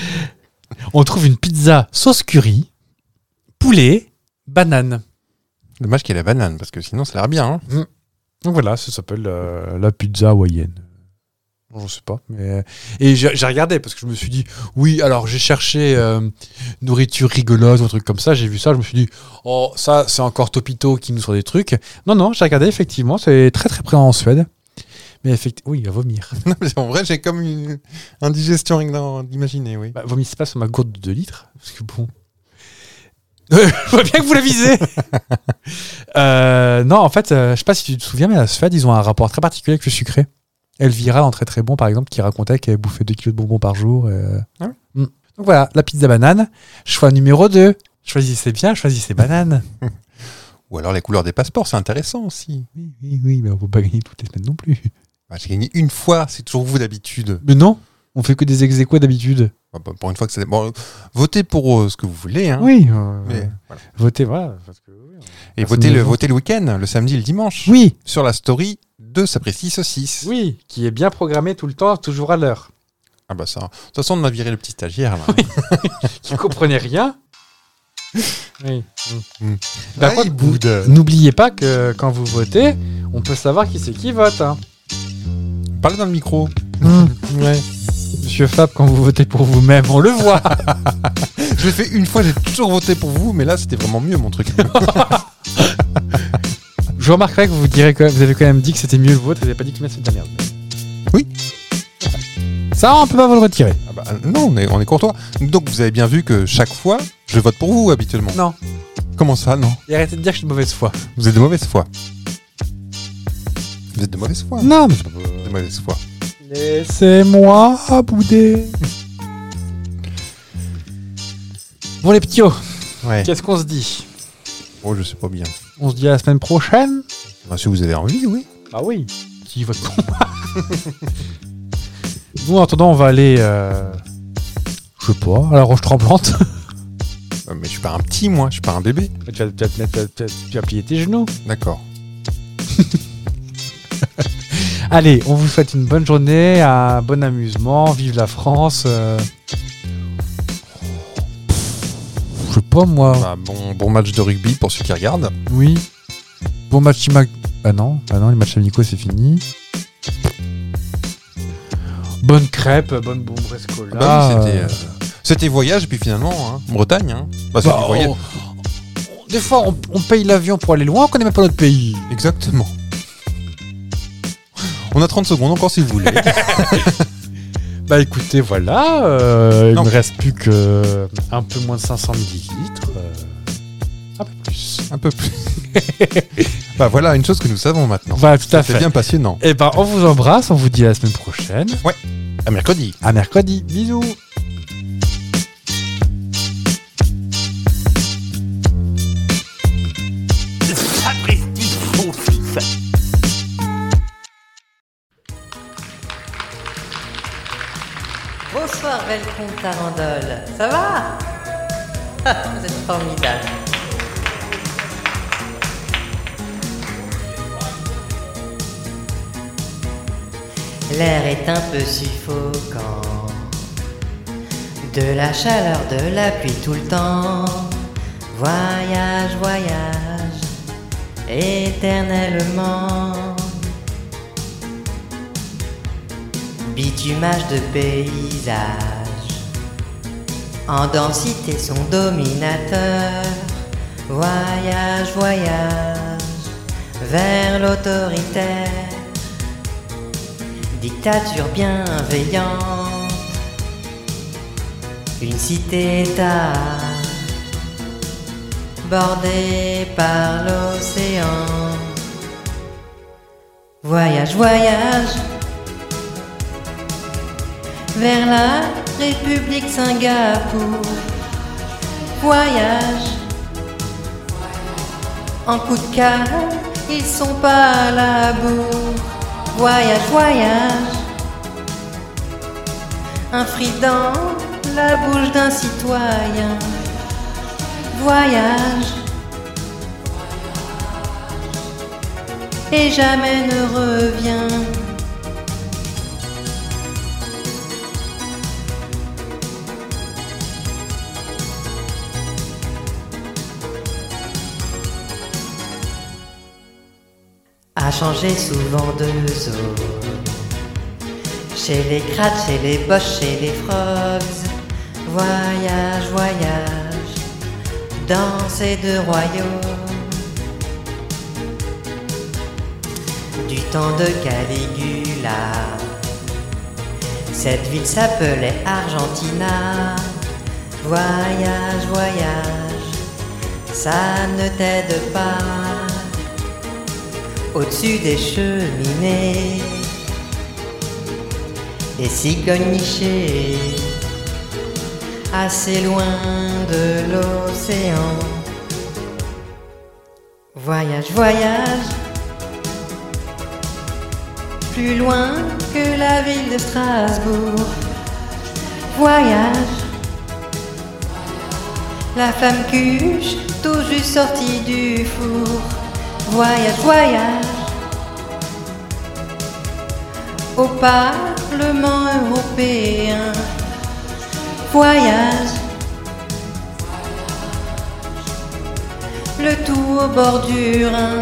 Speaker 1: On trouve une pizza sauce curry, poulet, banane.
Speaker 2: Dommage qu'il y ait la banane, parce que sinon ça a l'air bien. hein.
Speaker 1: Donc voilà, ça s'appelle euh, la pizza hawaïenne. Je sais pas. Mais... euh, Et j'ai j'ai regardé parce que je me suis dit, oui, alors j'ai cherché euh, nourriture rigolote ou un truc comme ça. J'ai vu ça, je me suis dit, oh, ça, c'est encore Topito qui nous sort des trucs. Non, non, j'ai regardé, effectivement, c'est très très près en Suède. Mais effectivement, oui, à vomir.
Speaker 2: Non, mais en vrai, j'ai comme une indigestion rien que d'en- d'imaginer, oui.
Speaker 1: Bah, vomissez pas sur ma gourde de 2 litres, parce que bon. je vois bien que vous la visez. Euh, non, en fait, euh, je sais pas si tu te souviens, mais à Suède, ils ont un rapport très particulier avec le sucré. Elvira, dans Très Très Bon, par exemple, qui racontait qu'elle bouffait 2 kilos de bonbons par jour. et, euh,
Speaker 2: Ah ouais
Speaker 1: mm. Donc voilà, la pizza banane, choix numéro 2. Choisissez bien, choisissez banane.
Speaker 2: Ou alors les couleurs des passeports, c'est intéressant aussi.
Speaker 1: oui, oui, oui, mais on peut pas gagner toutes les semaines non plus.
Speaker 2: Ah, J'ai gagné une fois, c'est toujours vous d'habitude.
Speaker 1: Mais non, on fait que des ex aequo d'habitude.
Speaker 2: Ah, bah, Pour une fois que c'est. Bon, votez pour euh, ce que vous voulez. Hein,
Speaker 1: Oui, euh,
Speaker 2: mais-
Speaker 1: votez, voilà.
Speaker 2: Et
Speaker 1: Personne
Speaker 2: votez
Speaker 1: ne
Speaker 2: le,
Speaker 1: vote.
Speaker 2: votez le week-end, le samedi et le dimanche.
Speaker 1: Oui,
Speaker 2: Sur la story de Sapristi Saucisse.
Speaker 1: oui, qui est bien programmé tout le temps, toujours à l'heure.
Speaker 2: Ah bah ça. De toute façon, on a viré le petit stagiaire là.
Speaker 1: Qui comprenait rien. Oui.
Speaker 2: Mm.
Speaker 1: Bah,
Speaker 2: Ah,
Speaker 1: quoi
Speaker 2: il
Speaker 1: que-
Speaker 2: boude.
Speaker 1: N'oubliez pas que quand vous votez, on peut savoir qui c'est qui vote. hein.
Speaker 2: Parlez dans le micro.
Speaker 1: Mm. Ouais. Monsieur Fab, quand vous votez pour vous-même, on le voit.
Speaker 2: Je l'ai fait une fois, j'ai toujours voté pour vous, mais là c'était vraiment mieux mon truc.
Speaker 1: Je remarquerai que vous, direz que vous avez quand même dit que c'était mieux le vôtre, vous n'avez pas dit que le mien c'est de la merde.
Speaker 2: Oui.
Speaker 1: Ça, on peut pas vous le retirer.
Speaker 2: Ah bah, non, on est, on est courtois. Donc vous avez bien vu que chaque fois, je vote pour vous habituellement.
Speaker 1: Non.
Speaker 2: Comment ça, non
Speaker 1: Et arrêtez de dire que je suis de mauvaise foi.
Speaker 2: Vous êtes de mauvaise foi. Vous êtes de mauvaise foi.
Speaker 1: Non, mais
Speaker 2: Vous êtes De mauvaise foi.
Speaker 1: Laissez-moi bouder. Bon les petits,
Speaker 2: Ouais.
Speaker 1: qu'est-ce qu'on se dit
Speaker 2: Oh, je sais pas bien.
Speaker 1: On se dit à la semaine prochaine
Speaker 2: Ah, si vous avez envie, oui.
Speaker 1: Bah oui. Qui vote contre Nous en attendant, on va aller... euh, Je sais pas, à la roche tremblante.
Speaker 2: Ah, Mais je suis pas un petit, moi. Je suis pas un bébé.
Speaker 1: tu, vas, tu vas te mettre- tu vas- tu vas plier tes genoux.
Speaker 2: D'accord.
Speaker 1: Allez, on vous souhaite une bonne journée, un bon amusement, vive la France. euh. Je sais pas moi.
Speaker 2: Bah, bon, bon match de rugby pour ceux qui regardent.
Speaker 1: Oui. Bon match Imac. Bah non, bah non, les matchs amicaux c'est fini. Bonne crêpe, bonne bombe
Speaker 2: Ah
Speaker 1: rescola.
Speaker 2: bah oui, c'était, euh, c'était voyage, et puis finalement, hein, Bretagne. Hein. Bah, c'était voyage.
Speaker 1: des fois, on, on paye l'avion pour aller loin, on connaît même pas notre pays.
Speaker 2: Exactement. On a 30 secondes encore si vous voulez.
Speaker 1: Bah écoutez, voilà, euh, il
Speaker 2: Non.
Speaker 1: me reste plus que euh, un peu moins de 500 millilitres. euh, un peu plus.
Speaker 2: un peu plus. bah voilà, une chose que nous savons maintenant.
Speaker 1: Voilà, Bah, tout à
Speaker 2: C'est
Speaker 1: fait.
Speaker 2: bien passionnant.
Speaker 1: Et ben, on vous embrasse, on vous dit à la semaine prochaine.
Speaker 2: À mercredi.
Speaker 1: À mercredi. Bisous.
Speaker 5: Sapristi saucisse.
Speaker 6: Bonsoir, Velcomte Tarandole. Ça va Ah, Vous êtes formidable. L'air est un peu suffocant. De la chaleur, de la pluie tout le temps. Voyage, voyage, éternellement. bitumage de paysage. En densité, son dominateur, voyage, voyage, vers l'autoritaire, dictature bienveillante, une cité-état, bordée par l'océan. Voyage, voyage, vers la République Singapour. Voyage. En coup de cœur, ils sont pas à la bourre. Voyage, voyage. Un fruit dans la bouche d'un citoyen. Voyage. Et jamais ne revient. a changé souvent de zone. Chez les crates, chez les boches, chez les frogs, voyage, voyage, dans ces deux royaumes. Du temps de Caligula, cette ville s'appelait Argentina. Voyage, voyage, ça ne t'aide pas. Au-dessus des cheminées, des cigognes nichées, assez loin de l'océan. Voyage, voyage, plus loin que la ville de Strasbourg. Voyage, la femme cuche, tout juste sortie du four. Voyage, voyage. Au Parlement européen. Voyage. Le tout au bord du Rhin.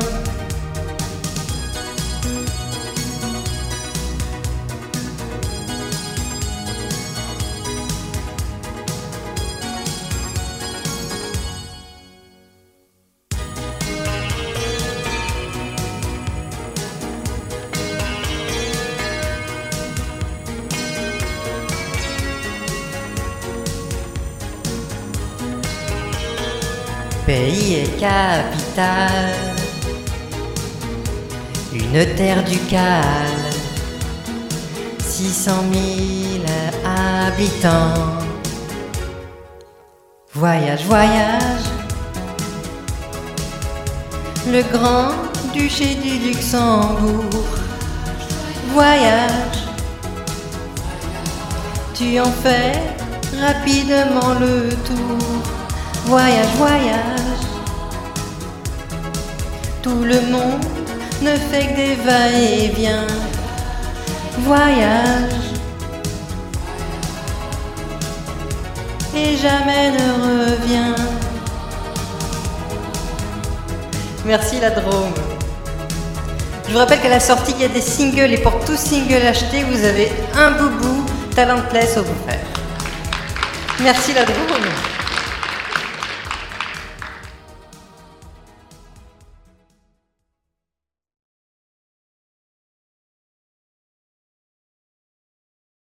Speaker 6: pays et capitale, une terre ducale, 600 000 habitants. Voyage, voyage, le grand duché du Luxembourg. Voyage, tu en fais rapidement le tour. Voyage, voyage. Tout le monde ne fait que des va-et-vient. Voyage. Et jamais ne revient. Merci la Drôme. Je vous rappelle qu'à la sortie, il y a des singles et pour tout single acheté, vous avez un boubou talentless au bout Merci la Drôme.